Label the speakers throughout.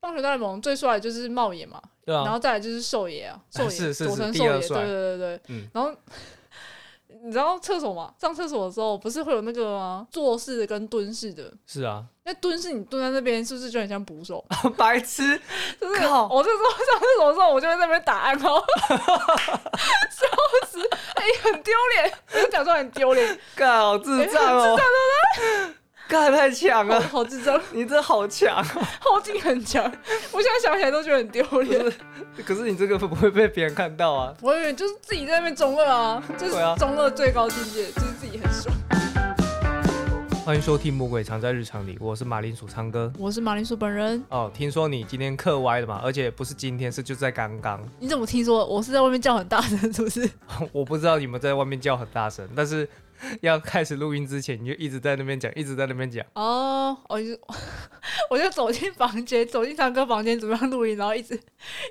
Speaker 1: 棒球大联盟最帅的就是茂野嘛，
Speaker 2: 对啊，哎
Speaker 1: 然后再来就是寿野啊，寿野
Speaker 2: 是是
Speaker 1: 佐
Speaker 2: 是
Speaker 1: 藤
Speaker 2: 第
Speaker 1: 寿
Speaker 2: 二
Speaker 1: 野，对
Speaker 2: 帅
Speaker 1: 对对对，
Speaker 2: 嗯
Speaker 1: 然后。 你知道厕所吗？上厕所的时候不是会有那个吗？坐式的跟蹲式的。
Speaker 2: 是啊，
Speaker 1: 那蹲式你蹲在那边，是不是就很像捕手？
Speaker 2: 白痴，
Speaker 1: 就是
Speaker 2: 靠
Speaker 1: 我这时候上厕所的时候，我就会在那边打暗号， 笑死！哎、很丢脸，我就讲说很丢 脸，
Speaker 2: 干好智 障哦，干太强
Speaker 1: 好
Speaker 2: 了，
Speaker 1: 好智障，
Speaker 2: 你这好强，啊
Speaker 1: 后劲很强。我现在想起来都觉得很丢脸。
Speaker 2: 可是你这个不会被别人看到啊。
Speaker 1: 我以为就是自己在那边中二啊，就是
Speaker 2: 对啊
Speaker 1: 中二最高境界，就是自己很爽。
Speaker 2: 欢迎收听《魔鬼藏在日常里》，我是马铃薯昌哥。
Speaker 1: 我是马铃薯本人，
Speaker 2: 哦，听说你今天课歪了嘛？而且不是今天，是就在刚刚。
Speaker 1: 你怎么听说我是在外面叫很大声，是不是？
Speaker 2: 我不知道你们在外面叫很大声，但是要开始录音之前，你就一直在那边讲，一直在那边讲。
Speaker 1: 哦，我就 我就走进房间，走进唱歌房间，怎么样录音，然后一直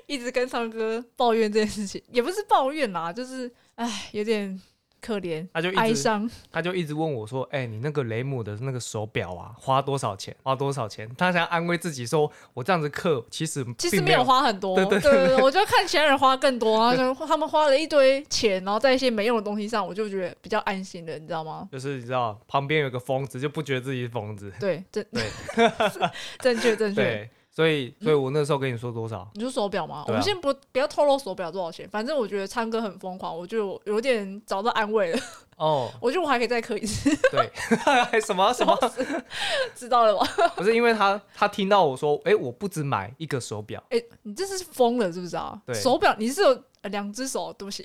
Speaker 1: 一直跟唱歌抱怨这件事情，也不是抱怨啦，就是唉，有点可怜，
Speaker 2: 他就一
Speaker 1: 哀
Speaker 2: 直，
Speaker 1: 伤。
Speaker 2: 他就一直问我说：“哎、你那个雷姆的那个手表啊，花多少钱？花多少钱？”他想安慰自己说：“我这样子课其实
Speaker 1: 其实
Speaker 2: 并
Speaker 1: 没有花很多，
Speaker 2: 对对
Speaker 1: 对对我就看其他人花更多，然后就他们花了一堆钱，然后在一些没用的东西上，我就觉得比较安心了，你知道吗？
Speaker 2: 就是你知道，旁边有个疯子就不觉得自己是疯子。
Speaker 1: 对，正
Speaker 2: 对
Speaker 1: 正确正确。
Speaker 2: 对，所以所以我那时候跟你说多少？
Speaker 1: 你说手表吗？我
Speaker 2: 对啊
Speaker 1: 们先不不要透露手表多少钱，反正我觉得唱歌很疯狂，我就有点找到安慰了。
Speaker 2: 哦，
Speaker 1: 我觉得我还可以再磕一次，
Speaker 2: 对， 还什么什么？
Speaker 1: 知道了吗？
Speaker 2: 不是因为他他听到我说，哎、我不止买一个手表，
Speaker 1: 哎、你这是疯了是不是啊？
Speaker 2: 对
Speaker 1: 手表你是有呃两只手，对不起，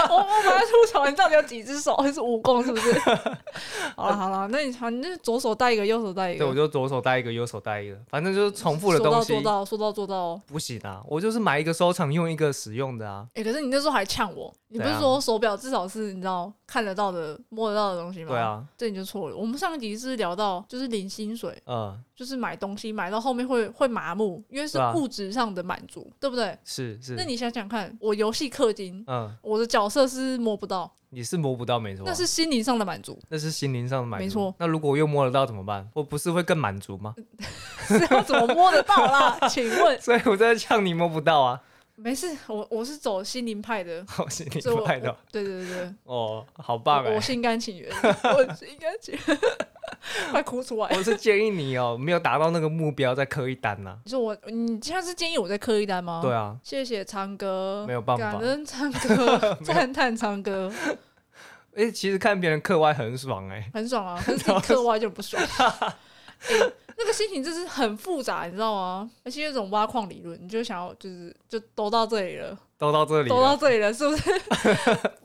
Speaker 1: 我我本来吐槽你到底有几只手，还是蜈蚣是不是？ 好了好了，那你好，你就是左手戴一个，右手戴一
Speaker 2: 对，我
Speaker 1: 个，
Speaker 2: 就左手戴一个，右手戴一个，反正就是重复的
Speaker 1: 说到
Speaker 2: 东
Speaker 1: 做
Speaker 2: 西
Speaker 1: 到，说到做到哦。
Speaker 2: 不行啊，我就是买一个收藏，用一个使用的啊。
Speaker 1: 哎、可是你那时候还呛我，你不
Speaker 2: 怎
Speaker 1: 是
Speaker 2: 样
Speaker 1: 说手表至少是你知道看得到的、摸得到的东西吗？
Speaker 2: 对，啊，
Speaker 1: 这你就错了。我们上一集是不是聊到就是领薪水。
Speaker 2: 嗯，
Speaker 1: 就是买东西买到后面会会麻木，因为是
Speaker 2: 对啊
Speaker 1: 物质上的满足，对不对？
Speaker 2: 是是
Speaker 1: 那，你想想看，我游戏氪金，
Speaker 2: 嗯，
Speaker 1: 我的角色是摸不到，
Speaker 2: 你是摸不到没错啊，
Speaker 1: 那是心灵上的满足，
Speaker 2: 那是心灵上的满足。
Speaker 1: 没错，嗯
Speaker 2: 那如果又摸得到怎么办？我不是会更满足吗？
Speaker 1: 是要怎么摸得到啦？ 请问，
Speaker 2: 所以我在呛你摸不到啊，
Speaker 1: 没事，我我是走心灵派的，
Speaker 2: 好心
Speaker 1: 所以
Speaker 2: 灵
Speaker 1: 我
Speaker 2: 派的
Speaker 1: 我对对对
Speaker 2: 哦，好棒
Speaker 1: 对，
Speaker 2: 哎
Speaker 1: 我、心甘情愿，我心甘情愿， 快哭出来。
Speaker 2: 我是建议你哦，没有达到那个目标再磕一单呐、
Speaker 1: 你说我，你现在是建议我在磕一单吗？
Speaker 2: 对。啊，
Speaker 1: 谢谢昌哥，
Speaker 2: 没有办法
Speaker 1: 感恩昌 哥，赞叹昌哥，
Speaker 2: 哎、其实看别人嗑歪很爽哎、
Speaker 1: 很爽啊！可是自己嗑歪就不 爽、欸那个心情就是很复杂，你知道吗？而且有一种挖矿理论，你就想要就是就都到这里了，
Speaker 2: 都到这里
Speaker 1: 走到
Speaker 2: 了，
Speaker 1: 这里了，是 不是？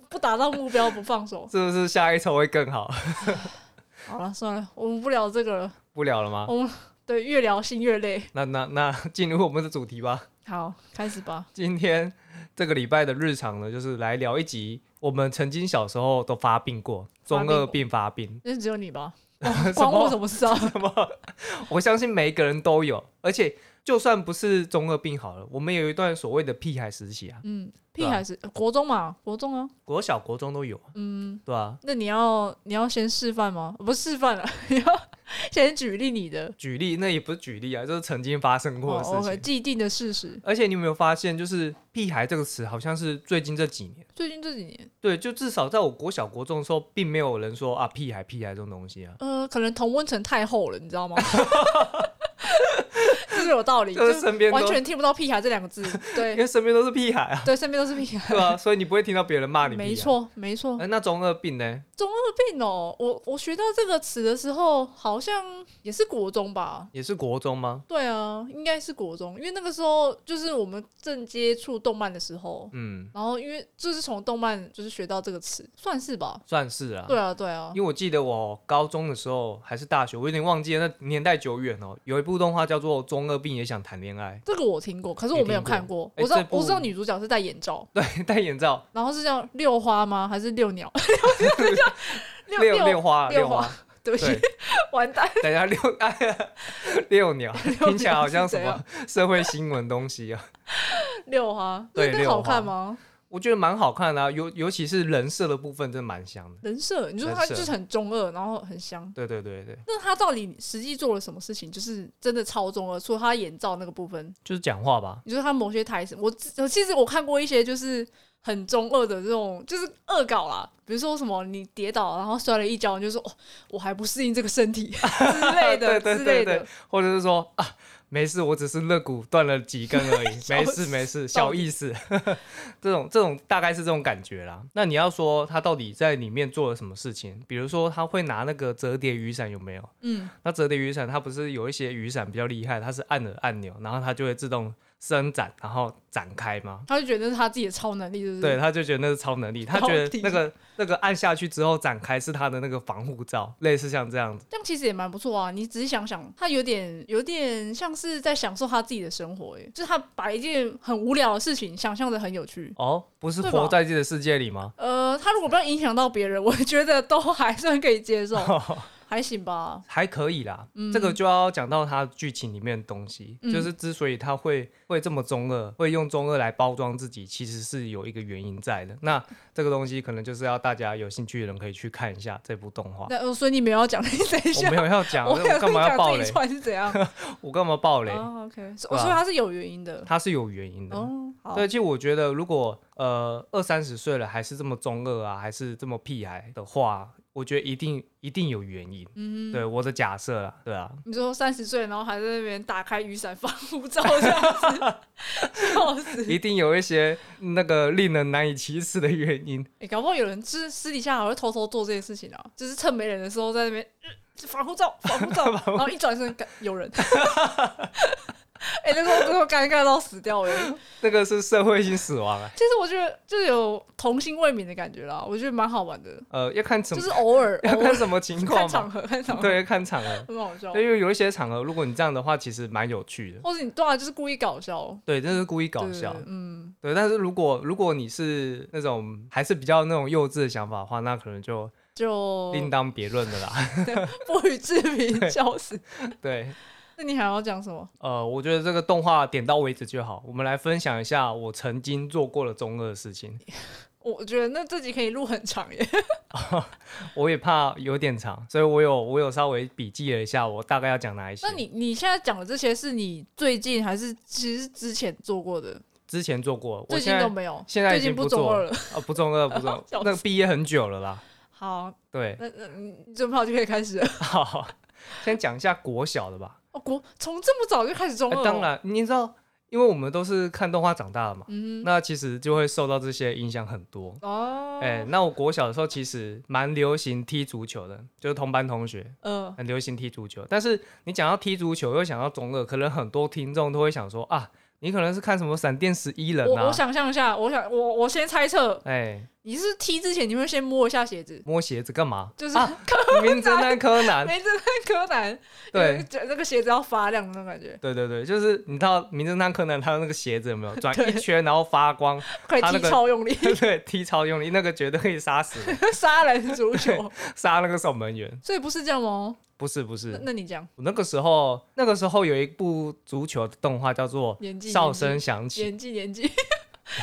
Speaker 1: 不达到目标不放手。
Speaker 2: 是不是下一抽会更好？
Speaker 1: 好了，算了，我们不聊这个了。
Speaker 2: 不聊了吗？
Speaker 1: 哦对，越聊心越累。
Speaker 2: 那那那进入我们的主题吧。
Speaker 1: 好，开始吧。
Speaker 2: 今天这个礼拜的日常呢，就是来聊一集我们曾经小时候都发病过，
Speaker 1: 发病
Speaker 2: 中
Speaker 1: 过
Speaker 2: 二病发病。
Speaker 1: 那只有你吧，
Speaker 2: 什
Speaker 1: 关我
Speaker 2: 么
Speaker 1: 什么事啊？
Speaker 2: 什么？我相信每一个人都有，而且就算不是中二病好了，我们也有一段所谓的屁孩时期啊，
Speaker 1: 嗯，屁孩是、国中嘛，国中啊。
Speaker 2: 国小、国中都有啊，
Speaker 1: 嗯，
Speaker 2: 对吧、
Speaker 1: 那你要你要先示范吗？不示范了， 你要先举例你的。
Speaker 2: 举例，那也不是举例啊，就是曾经发生过的
Speaker 1: 哦
Speaker 2: 事情。
Speaker 1: ，OK，既定的事实。
Speaker 2: 而且你有没有发现，就是“屁孩”这个词，好像是最近这几年，
Speaker 1: 最近这几年，
Speaker 2: 对，就至少在我国小、国中的时候，并没有人说啊“屁孩”“屁孩”这种东西啊，
Speaker 1: 呃，可能同温层太厚了，你知道吗？ 这是有道理，
Speaker 2: 就是身边都
Speaker 1: 完全听不到“屁孩”这两个 字。
Speaker 2: 因
Speaker 1: 对
Speaker 2: 为身边都是屁孩啊，
Speaker 1: 对，身边都是屁孩。
Speaker 2: 对吧、所以你不会听到别人 骂你屁孩。
Speaker 1: 没错，没错
Speaker 2: 哎、，那中二病呢？
Speaker 1: 中二病哦。我我学到这个词的时候，好像也是国中吧？
Speaker 2: 也是国中吗？
Speaker 1: 对啊，应该是国中，因为那个时候就是我们正接触动漫的时候，
Speaker 2: 嗯，
Speaker 1: 然后因为就是从动漫就是学到这个词，算是吧？
Speaker 2: 算是啊。
Speaker 1: 对啊，对啊，
Speaker 2: 因为我记得我高中的时候还是大学，我有点忘记了，那年代久远哦。有一部动画叫做《中二病也想谈恋爱
Speaker 1: 这个我听过，可是我没有看过。
Speaker 2: 你
Speaker 1: 我知道
Speaker 2: 听过哎这，部
Speaker 1: 我知道女主角是戴眼罩，》，
Speaker 2: 对，戴眼罩，
Speaker 1: 然后是叫六花吗？还是六 鸟？六
Speaker 2: 六
Speaker 1: 六，
Speaker 2: 花
Speaker 1: 六
Speaker 2: 六花，
Speaker 1: 对不起，
Speaker 2: 对，
Speaker 1: 完蛋，
Speaker 2: 等一下六 哎 六鸟，听起来好像什
Speaker 1: 是怎
Speaker 2: 么社会新闻东西啊。
Speaker 1: 六花，
Speaker 2: 对
Speaker 1: 那那
Speaker 2: 六花
Speaker 1: 好看吗？
Speaker 2: 我觉得蛮好看的、啊，尤尤其是人设的部分，真的蛮香的。
Speaker 1: 人设，你说他
Speaker 2: 人设
Speaker 1: 就是很中二，然后很香。
Speaker 2: 对对对对，
Speaker 1: 那他到底实际做了什么事情？就是真的超中二，除了他眼罩那个部分，
Speaker 2: 就是讲话吧，
Speaker 1: 你说他某些台词，我自我其实我看过一些就是很中二的这种，就是恶搞啦，比如说什么你跌倒然后摔了一跤，你就说哦，我还不适应这个身体 之类的
Speaker 2: 对对
Speaker 1: 之
Speaker 2: 对
Speaker 1: 类
Speaker 2: 对
Speaker 1: 的，
Speaker 2: 或者是说啊，没事，我只是肋骨断了几根而 已，
Speaker 1: 笑
Speaker 2: 没
Speaker 1: 死
Speaker 2: 事没事，
Speaker 1: 到
Speaker 2: 小
Speaker 1: 底
Speaker 2: 意思。 这种这种大概是这种感觉啦。那你要说他到底在里面做了什么事情？比如说他会拿那个折叠雨伞，有没有？
Speaker 1: 嗯，
Speaker 2: 那折叠雨伞它不是有一些雨伞比较厉害，它是按了按钮，然后它就会自动伸展，然后展开吗？
Speaker 1: 他就觉得是他自己的超能力，是不是？
Speaker 2: 对，他就觉得那是超能力，他
Speaker 1: 嗯到
Speaker 2: 觉得
Speaker 1: 底
Speaker 2: 那个那个按下去之后展开是他的那个防护罩，类似像这样子。
Speaker 1: 这样其实也蛮不错啊！你仔细想想，他有点有点像是在享受他自己的生活，哎，就是他把一件很无聊的事情想象的很有趣。
Speaker 2: 哦，不是
Speaker 1: 对吧
Speaker 2: 活在自己的世界里吗？
Speaker 1: 呃，他如果不要影响到别人，我觉得都还算可以接 受，还行吧。
Speaker 2: 还可以啦，这个就要讲到它剧情里面的东西，
Speaker 1: 嗯
Speaker 2: 就是之所以它会会这么中二，会用中二来包装自己，其实是有一个原因在的。那这个东西可能就是要大家有兴趣的人可以去看一下这部动画。
Speaker 1: 那、呃、所以你没有要讲，你等一
Speaker 2: 我
Speaker 1: 下
Speaker 2: 没。有要讲，
Speaker 1: 啊 我
Speaker 2: 我干嘛要爆
Speaker 1: 这一
Speaker 2: 雷？
Speaker 1: 串是怎样？
Speaker 2: 我干嘛爆雷？
Speaker 1: 哦，OK，所
Speaker 2: 对啊
Speaker 1: 所以它是有原因的。
Speaker 2: 它是有原因的。
Speaker 1: 哦，好，
Speaker 2: 对，其实我觉得，如果呃二三十岁了还是这么中二啊，还是这么屁孩的话，我觉得一定一定有原因。
Speaker 1: 嗯，
Speaker 2: 对我的假设啦，对啊，
Speaker 1: 你说三十岁，然后还在那边打开雨伞防护罩这样 子，笑 死！
Speaker 2: 一定有一些那个令人难以启齿的原因。
Speaker 1: 哎、搞不好有人就是私底下还会偷偷做这件事情啊，就是趁没人的时候在那边、呃防护罩、防 护罩，然后一转身干有人。 哎、那时候最后尴尬到死掉哎、
Speaker 2: 那个是社会性死亡 啊，
Speaker 1: 其实我觉得就是有童心未泯的感觉啦，我觉得蛮好玩的，
Speaker 2: 呃，要看什
Speaker 1: 就
Speaker 2: 么，
Speaker 1: 是偶尔
Speaker 2: 要
Speaker 1: 偶
Speaker 2: 看
Speaker 1: 尔
Speaker 2: 什么情
Speaker 1: 看
Speaker 2: 况
Speaker 1: 场
Speaker 2: 嘛，
Speaker 1: 合看场合，
Speaker 2: 对，看场 合。
Speaker 1: 很好笑。
Speaker 2: 因为有一些场合，如果你这样的话，其实蛮有趣的。
Speaker 1: 或者你对啊，就是故意搞笑，
Speaker 2: 对，这是故意搞笑
Speaker 1: 对。嗯，
Speaker 2: 对，但是如果如果你是那种还是比较那种幼稚的想法的话，那可能就
Speaker 1: 就
Speaker 2: 另当别论的啦。
Speaker 1: 不予置评，笑死。
Speaker 2: 对，
Speaker 1: 那你还要讲什么？
Speaker 2: 呃，我觉得这个动画点到为止就好。我们来分享一下我曾经做过的中二的事情，
Speaker 1: 我觉得那这集可以录很长耶。
Speaker 2: 我也怕有点长，所以我有我有稍微笔记了一下，我大概要讲哪一些。
Speaker 1: 那你你现在讲的这些是你最近还是其实之前做过的？
Speaker 2: 之前做过，我
Speaker 1: 最
Speaker 2: 现
Speaker 1: 近都
Speaker 2: 在
Speaker 1: 没有，
Speaker 2: 现在
Speaker 1: 最
Speaker 2: 已经
Speaker 1: 近不
Speaker 2: 做
Speaker 1: 中二了。
Speaker 2: 啊，不中二，不中
Speaker 1: 笑
Speaker 2: 二
Speaker 1: 死，
Speaker 2: 那个毕业很久了啦。
Speaker 1: 好，
Speaker 2: 对，
Speaker 1: 那那你你准备好就可以开始了。
Speaker 2: 好，先讲一下国小的吧。
Speaker 1: 哦，国从这么早就开始中
Speaker 2: 哎
Speaker 1: 二、哦
Speaker 2: 当，然，你知道，因为我们都是看动画长大的嘛，
Speaker 1: 嗯
Speaker 2: 那其实就会受到这些影响很多。
Speaker 1: 哼，哦，
Speaker 2: 哎、那我国小的时候其实蛮流行踢足球的，就是同班同学
Speaker 1: 呃，
Speaker 2: 很流行踢足球。但是你讲到踢足球，又想到中二，可能很多听众都会想说啊，你可能是看什么闪电十一人
Speaker 1: 我
Speaker 2: 啊
Speaker 1: 我，想象一下，我想我我先猜测，
Speaker 2: 哎、
Speaker 1: 你是踢之前你会先摸一下鞋子，
Speaker 2: 摸鞋子干嘛？
Speaker 1: 就是
Speaker 2: 啊名侦探柯 南，
Speaker 1: 没侦探柯南，
Speaker 2: 对
Speaker 1: 有一个，那个鞋子要发亮的那种感觉，
Speaker 2: 对对对，就是你知道《名侦探柯南》他那个鞋子有没有转
Speaker 1: 对
Speaker 2: 一圈，然后发光，
Speaker 1: 快
Speaker 2: 他
Speaker 1: 踢
Speaker 2: 那个
Speaker 1: 超用力，
Speaker 2: 对，踢超用力，那个绝对可以杀死人
Speaker 1: 杀人足球，
Speaker 2: 杀那个守门员。
Speaker 1: 所以不是这样吗？
Speaker 2: 不是不
Speaker 1: 那
Speaker 2: 是，
Speaker 1: 那你讲
Speaker 2: 我那个时候那个时候有一部足球的动画叫做
Speaker 1: 年纪
Speaker 2: 《哨声响起》，
Speaker 1: 年纪年纪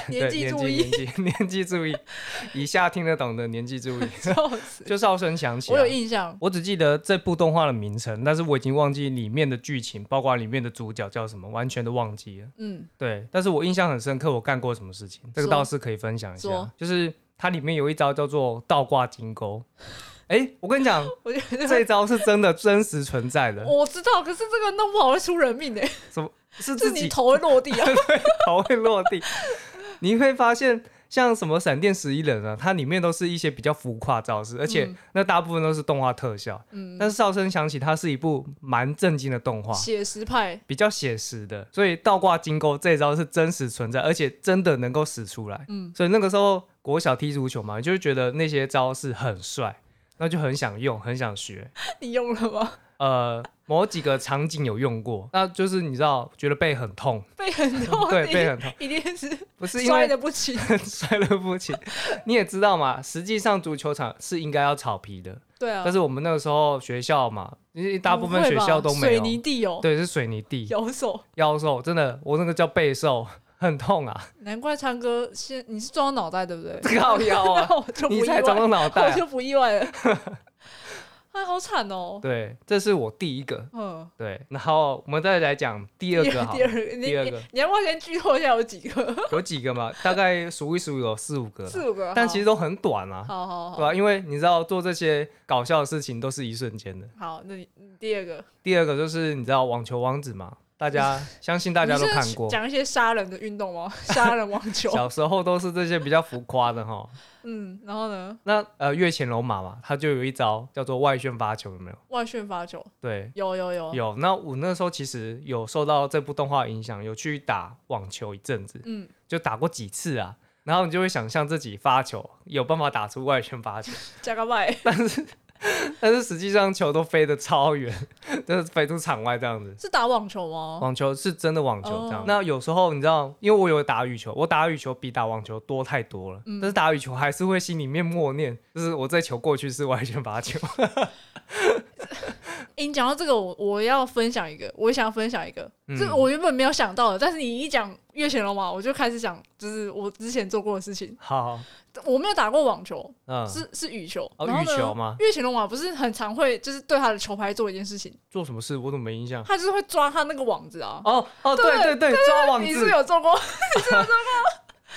Speaker 2: 对
Speaker 1: 年纪注意，，
Speaker 2: 年纪年 纪年纪注意，以下听得懂的年纪注意
Speaker 1: 笑死！
Speaker 2: 就哨声响起、
Speaker 1: 我
Speaker 2: 啊
Speaker 1: 有。印象，
Speaker 2: 我只记得这部动画的名称，但是我已经忘记里面的剧情，包括里面的主角叫什么，完全都忘记了。
Speaker 1: 嗯，
Speaker 2: 对，但是我印象很深刻，我干过什么事情，这个
Speaker 1: 说
Speaker 2: 倒是可以分享一
Speaker 1: 说
Speaker 2: 下。就是它里面有一招叫做倒挂金钩，哎、我跟 你讲，
Speaker 1: 我觉得
Speaker 2: 这一招是真的真实存在的，
Speaker 1: 我知道，可是这个弄不好会出人命 的，
Speaker 2: 是
Speaker 1: 是
Speaker 2: 自
Speaker 1: 你
Speaker 2: 己
Speaker 1: 头会落 地啊！
Speaker 2: 头会落地。你会发现，像什么闪电十一人啊，它里面都是一些比较浮夸招式，而且
Speaker 1: 嗯
Speaker 2: 那大部分都是动画特效。
Speaker 1: 嗯，
Speaker 2: 但是哨声响起，它是一部蛮震惊的动画。
Speaker 1: 写实派，
Speaker 2: 比较写实的，所以倒挂金钩这一招是真实存在，而且真的能够使出来。
Speaker 1: 嗯，
Speaker 2: 所以那个时候国小踢足球嘛，你就会觉得那些招式很帅，那就很想用，很想学。
Speaker 1: 你用了吗？
Speaker 2: 呃，某几个场景有用过，那就是你知道，觉得背很痛，
Speaker 1: 被很痛，
Speaker 2: 对，
Speaker 1: 一
Speaker 2: 背
Speaker 1: 定
Speaker 2: 很痛，
Speaker 1: 一定是
Speaker 2: 不是因
Speaker 1: 摔
Speaker 2: 为
Speaker 1: 的不 轻，
Speaker 2: 摔了不起。你也知道嘛，实际上足球场是应该要草皮的，
Speaker 1: 对啊
Speaker 2: 但，是我们那个时候学校嘛，因为大部分学校都
Speaker 1: 不会
Speaker 2: 没
Speaker 1: 吧水泥
Speaker 2: 有，
Speaker 1: 地有
Speaker 2: 对，是水泥地，
Speaker 1: 有手，
Speaker 2: 腰瘦，真的，我那个叫背瘦。很痛啊，
Speaker 1: 难怪唱歌先你是撞到脑袋对不 对？
Speaker 2: 靠腰啊，
Speaker 1: 那 我就不
Speaker 2: 你
Speaker 1: 意
Speaker 2: 才长
Speaker 1: 外，
Speaker 2: 到脑袋
Speaker 1: 我
Speaker 2: 啊、
Speaker 1: 就不意 外了。哎，好惨哦。
Speaker 2: 对，这是我第一个。
Speaker 1: 嗯，
Speaker 2: 对，然后我们再来讲第二个好
Speaker 1: 第
Speaker 2: 了，
Speaker 1: 二个，你
Speaker 2: 第二
Speaker 1: 你
Speaker 2: 个
Speaker 1: 你要不要先剧透一下有几个？
Speaker 2: 有几个嘛？大概数一数有四五个啦，
Speaker 1: 四五个。
Speaker 2: 啊
Speaker 1: 哦
Speaker 2: 但其实
Speaker 1: 实
Speaker 2: 都很短啊，
Speaker 1: 好好
Speaker 2: 对
Speaker 1: 好
Speaker 2: 吧、因为你知道做这些搞笑的事情都是一瞬间的。
Speaker 1: 好，那你你第二个，
Speaker 2: 第二个就是你知道网球王子嘛，大 家相信大家都
Speaker 1: 你是
Speaker 2: 看过，
Speaker 1: 讲一些杀人的运动 吗？杀人网球。
Speaker 2: 小时候都是这些比较浮夸的哈。
Speaker 1: 嗯，然后呢，
Speaker 2: 那呃，越前龙马嘛，他就有一招叫做外旋发球，有没有？
Speaker 1: 外旋发球，
Speaker 2: 对，
Speaker 1: 有有有。
Speaker 2: 有。那我那时候其实有受到这部动画影响，有去打网球一阵子，
Speaker 1: 嗯，
Speaker 2: 就打过几次啊。然后你就会想象自己发球有办法打出外旋发球，
Speaker 1: 加个麦。
Speaker 2: 但是实际上球都飞得超远， 就是飞出场外这样子。
Speaker 1: 是打网球吗？
Speaker 2: 网球是真的网球这样。
Speaker 1: 哦
Speaker 2: 那有时候你知道，因为我有打羽球，我打羽球比打网球多太多了。
Speaker 1: 嗯
Speaker 2: 但是打羽球还是会心里面默念，就是我这球过去是外旋罚球。
Speaker 1: 诶你讲到这个，我我要分享一个，我想要分享一个，
Speaker 2: 嗯
Speaker 1: 这、我原本没有想到的，但是你一讲月弦龙马，我就开始想，就是我之前做过的事情。
Speaker 2: 好，
Speaker 1: 我没有打过网球，
Speaker 2: 嗯，
Speaker 1: 是是羽球。
Speaker 2: 哦
Speaker 1: 然后呢
Speaker 2: 羽球吗
Speaker 1: 月弦龙马不是很常会，就是对他的球拍做一件事情，
Speaker 2: 做什么事我怎么没印象？
Speaker 1: 他就是会抓他那个网子啊。
Speaker 2: 哦哦，
Speaker 1: 对
Speaker 2: 对对对，抓网
Speaker 1: 你是不是
Speaker 2: 子
Speaker 1: 有做过？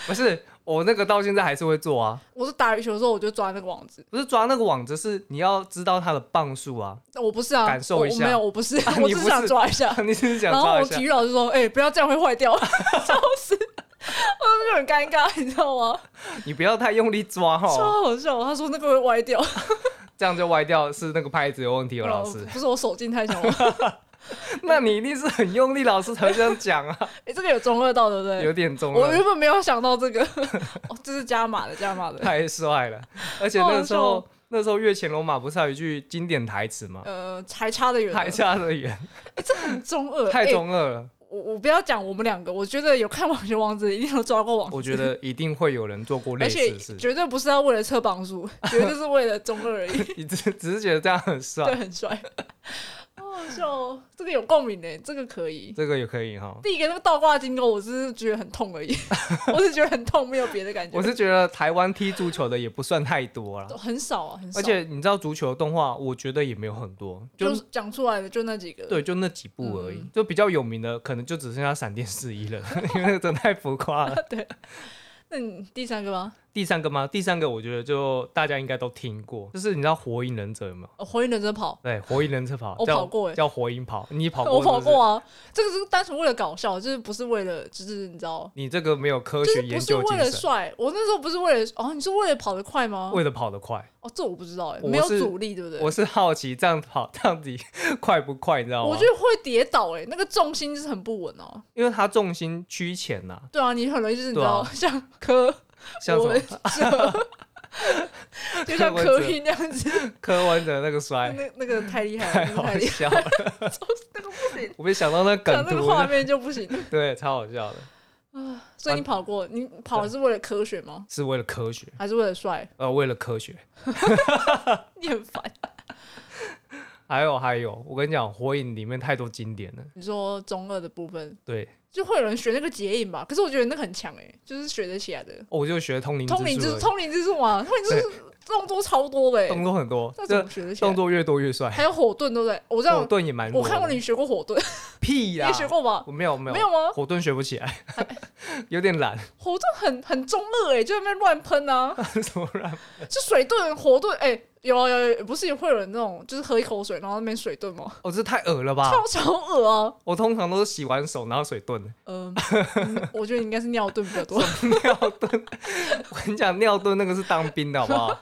Speaker 2: 不是我那个到现在还是会做啊，
Speaker 1: 我是打羽球的时候，我就抓那个网子。
Speaker 2: 不是抓那个网子，是你要知道它的磅数啊。
Speaker 1: 我不是啊，
Speaker 2: 感受一下
Speaker 1: 我我没有，我不是，
Speaker 2: 啊
Speaker 1: 我
Speaker 2: 你
Speaker 1: 只
Speaker 2: 不
Speaker 1: 是
Speaker 2: 是
Speaker 1: 想抓一下。
Speaker 2: 你只是想
Speaker 1: 然后
Speaker 2: 抓
Speaker 1: 我
Speaker 2: 一下
Speaker 1: 体，育老师说：“哎、不要这样，会坏掉。” 笑死，我就很尴尬，你知道吗？
Speaker 2: 你不要太用力抓哈，
Speaker 1: 超好笑。他说那个会歪掉，
Speaker 2: 这样就歪掉，是那个拍子有问题哦，老师
Speaker 1: 呃。不是我手劲太强 了。
Speaker 2: 那你一定是很用力，老师才会这样讲啊，
Speaker 1: 哎、这个有中二到对不对？
Speaker 2: 有点重啊
Speaker 1: 我
Speaker 2: 了。
Speaker 1: 原本没有想到这个， 哦，这是加码的，加码的。
Speaker 2: 太帅了！而且那时
Speaker 1: 哦
Speaker 2: 候那时候越前龙马不是还有一句经典台词吗？
Speaker 1: 呃，还差得 远了，
Speaker 2: 还差得远，
Speaker 1: 很中二，
Speaker 2: 太
Speaker 1: 哎
Speaker 2: 中二 了。
Speaker 1: 我我不要讲我们两个，我觉得有看《网球王子》的一定有抓过网子，
Speaker 2: 我觉得一定会有人做过类
Speaker 1: 而且
Speaker 2: 似的事情，
Speaker 1: 绝对不是要为了测磅数，绝对是为了中二而已。
Speaker 2: 你只只是觉得这样很
Speaker 1: 对，
Speaker 2: 帅，
Speaker 1: 很帅， 好好笑哦，这个有共鸣呢，这个可以。
Speaker 2: 这个也可以哈。
Speaker 1: 第一个那个倒挂金钩，我只是觉得很痛而已， 我是觉得很痛，没有别的感觉。
Speaker 2: 我是觉得台湾踢足球的也不算太多了，
Speaker 1: 很少啊，很少。
Speaker 2: 而且你知道足球动画，我觉得也没有很多，
Speaker 1: 就
Speaker 2: 就是
Speaker 1: 讲出来的就那几个。，
Speaker 2: 对，就那几部而已，
Speaker 1: 嗯
Speaker 2: 就比较有名的可能就只剩下闪电四一了， 因为那个真的太浮夸了。
Speaker 1: 那你第三个吗？
Speaker 2: 第三个吗？第三个我觉得就大家应该都听过，就是你知道火影忍者有没有？
Speaker 1: 哦火影忍者跑，
Speaker 2: 对，火影忍者跑，
Speaker 1: 我
Speaker 2: 叫
Speaker 1: 跑过欸
Speaker 2: 叫火影跑，你跑过
Speaker 1: 我跑
Speaker 2: 是不是
Speaker 1: 过。啊。这个是单纯为了搞笑，就是不是为了，就是你知道，
Speaker 2: 你这个没有科
Speaker 1: 就是
Speaker 2: 学研
Speaker 1: 不是
Speaker 2: 究
Speaker 1: 为
Speaker 2: 精
Speaker 1: 了
Speaker 2: 神，
Speaker 1: 帅。我那时候不是为了哦，你是为了跑得快吗？
Speaker 2: 为了跑得快，
Speaker 1: 哦，这我不知道哎，
Speaker 2: 我
Speaker 1: 没有
Speaker 2: 是
Speaker 1: 阻力，对不对？
Speaker 2: 我啊是好奇这样跑 到底快不快，你知道
Speaker 1: 我
Speaker 2: 吗
Speaker 1: 觉？得会跌倒哎，那个重心就是很不稳哦。
Speaker 2: 因为它重心趋前呐，
Speaker 1: 对啊，你很容易就是你知
Speaker 2: 对啊
Speaker 1: 道，像柯
Speaker 2: 像什
Speaker 1: 文
Speaker 2: 么
Speaker 1: 哲，就像
Speaker 2: 柯文
Speaker 1: 柯
Speaker 2: 哲
Speaker 1: 一那样子，
Speaker 2: 柯文哲那个摔，
Speaker 1: 那那个太厉害了，
Speaker 2: 太
Speaker 1: 那个
Speaker 2: 哎好
Speaker 1: 太厉害
Speaker 2: 笑了，
Speaker 1: 了，那个不行，
Speaker 2: 我没想到那
Speaker 1: 讲
Speaker 2: 梗
Speaker 1: 那个
Speaker 2: 图，
Speaker 1: 画面就 不行。
Speaker 2: 对，超好笑的，
Speaker 1: 所以
Speaker 2: 啊
Speaker 1: 你跑过，你跑的是为了科学吗？
Speaker 2: 是为了科学，
Speaker 1: 还是为了帅？
Speaker 2: 呃，为了科学。
Speaker 1: 你很烦。
Speaker 2: 还有还有，我跟你讲，火影里面太多经典了，
Speaker 1: 你说中二的部分，
Speaker 2: 对，
Speaker 1: 就会有人学那个结影吧？可是我觉得那个很强哎、就是学得起来的。
Speaker 2: 我就学通灵
Speaker 1: 通灵
Speaker 2: 之
Speaker 1: 之
Speaker 2: 术而
Speaker 1: 通灵之术嘛，通灵之术动作超多的、
Speaker 2: 已，动
Speaker 1: 欸，
Speaker 2: 作很多
Speaker 1: 那，怎
Speaker 2: 这
Speaker 1: 么学得起来
Speaker 2: 动？作越多越帅。
Speaker 1: 还有火遁，对不对？我知道
Speaker 2: 火，遁也蛮弱
Speaker 1: 我
Speaker 2: 的，
Speaker 1: 看过你学过火遁，
Speaker 2: 屁
Speaker 1: 你
Speaker 2: 呀、
Speaker 1: 也学过吧？
Speaker 2: 我没有没有
Speaker 1: 没有吗？
Speaker 2: 火遁学不起来， 有点懒，
Speaker 1: 火遁很很中二哎、就在那边乱喷啊，
Speaker 2: 什么乱
Speaker 1: 是水遁、火遁哎、有啊有啊有啊，不是会有人那种就是喝一口水然后那边水遁吗？
Speaker 2: 哦，这太恶了吧！
Speaker 1: 超超恶啊！
Speaker 2: 我通常都是洗完手然后水遁，
Speaker 1: 嗯， 嗯我觉得你应该是尿遁比较多。
Speaker 2: 尿遁。 我跟你讲，尿遁那个是当兵的好 不好？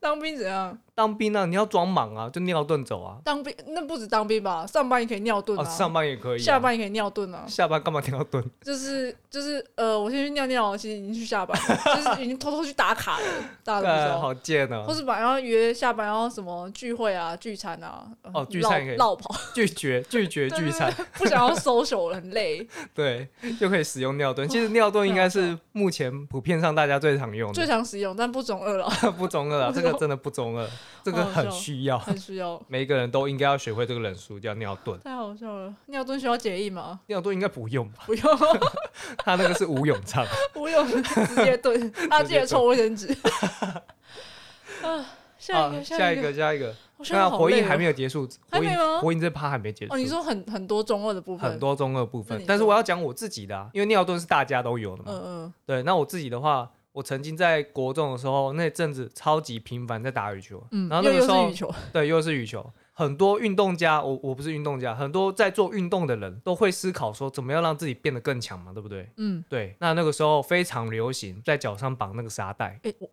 Speaker 1: 当兵怎样？
Speaker 2: 当兵啊，你要装莽啊，就尿遁走啊。
Speaker 1: 当兵那不止当兵吧，上班也可以尿遁啊，
Speaker 2: 哦，上班也可以、啊，
Speaker 1: 下班也可以尿遁啊。
Speaker 2: 下班干嘛尿遁？
Speaker 1: 就是就是呃，我先去尿 尿，其实已经去下班了，就是已经偷偷去打卡了，大家都不知
Speaker 2: 哎，
Speaker 1: 道。
Speaker 2: 好贱
Speaker 1: 啊或
Speaker 2: 哦！
Speaker 1: 是晚上约下班要什么聚会啊、聚餐啊，呃
Speaker 2: 哦聚餐也可以
Speaker 1: 绕绕跑，
Speaker 2: 拒绝拒绝
Speaker 1: 对
Speaker 2: 聚
Speaker 1: 对
Speaker 2: 餐，
Speaker 1: 对不想要 social 很累，
Speaker 2: 对，就可以使用尿遁。其实尿遁应该
Speaker 1: 对啊
Speaker 2: 是目前普遍上大家最常用
Speaker 1: 最
Speaker 2: 的，
Speaker 1: 想使用，但不中二了，
Speaker 2: 不中二啊，这个真的不中二，这个
Speaker 1: 好好笑
Speaker 2: 很需要，
Speaker 1: 很需要。
Speaker 2: 每一个人都应该要学会这个冷术，叫尿遁。
Speaker 1: 太好笑了！尿遁需要解意吗？
Speaker 2: 尿遁应该不用 吧？
Speaker 1: 不用，
Speaker 2: 他那个是无泳唱，
Speaker 1: 不用，直接遁。啊，记得抽卫 生纸。啊， 下一
Speaker 2: 啊
Speaker 1: 个，，
Speaker 2: 下
Speaker 1: 一
Speaker 2: 个，下一个。
Speaker 1: 我现在
Speaker 2: 那
Speaker 1: 好
Speaker 2: 火
Speaker 1: 累
Speaker 2: 影
Speaker 1: 哦
Speaker 2: 还没有结束，
Speaker 1: 还
Speaker 2: 火
Speaker 1: 没
Speaker 2: 影
Speaker 1: 吗
Speaker 2: 火影这趴还没结束
Speaker 1: 哦，你，说很很多中二的部分，
Speaker 2: 很，多中二部
Speaker 1: 那
Speaker 2: 分
Speaker 1: 你。
Speaker 2: 但是
Speaker 1: 说
Speaker 2: 我要讲我自己的，啊，因为尿遁是大家都有的嘛。
Speaker 1: 嗯
Speaker 2: 对，那我自己的话，我曾经在国中的时候，那阵子超级频繁在打羽球，
Speaker 1: 嗯嗯，
Speaker 2: 然后
Speaker 1: 又
Speaker 2: 那个
Speaker 1: 又
Speaker 2: 时候
Speaker 1: 是羽球，
Speaker 2: 对，又是羽球。很多运动家，我我不是运动家，很多在做运动的人都会思考说，怎么样让自己变得更强嘛，对不对？
Speaker 1: 嗯，，
Speaker 2: 对，那那个时候非常流行在脚上绑那个沙袋
Speaker 1: 哎、我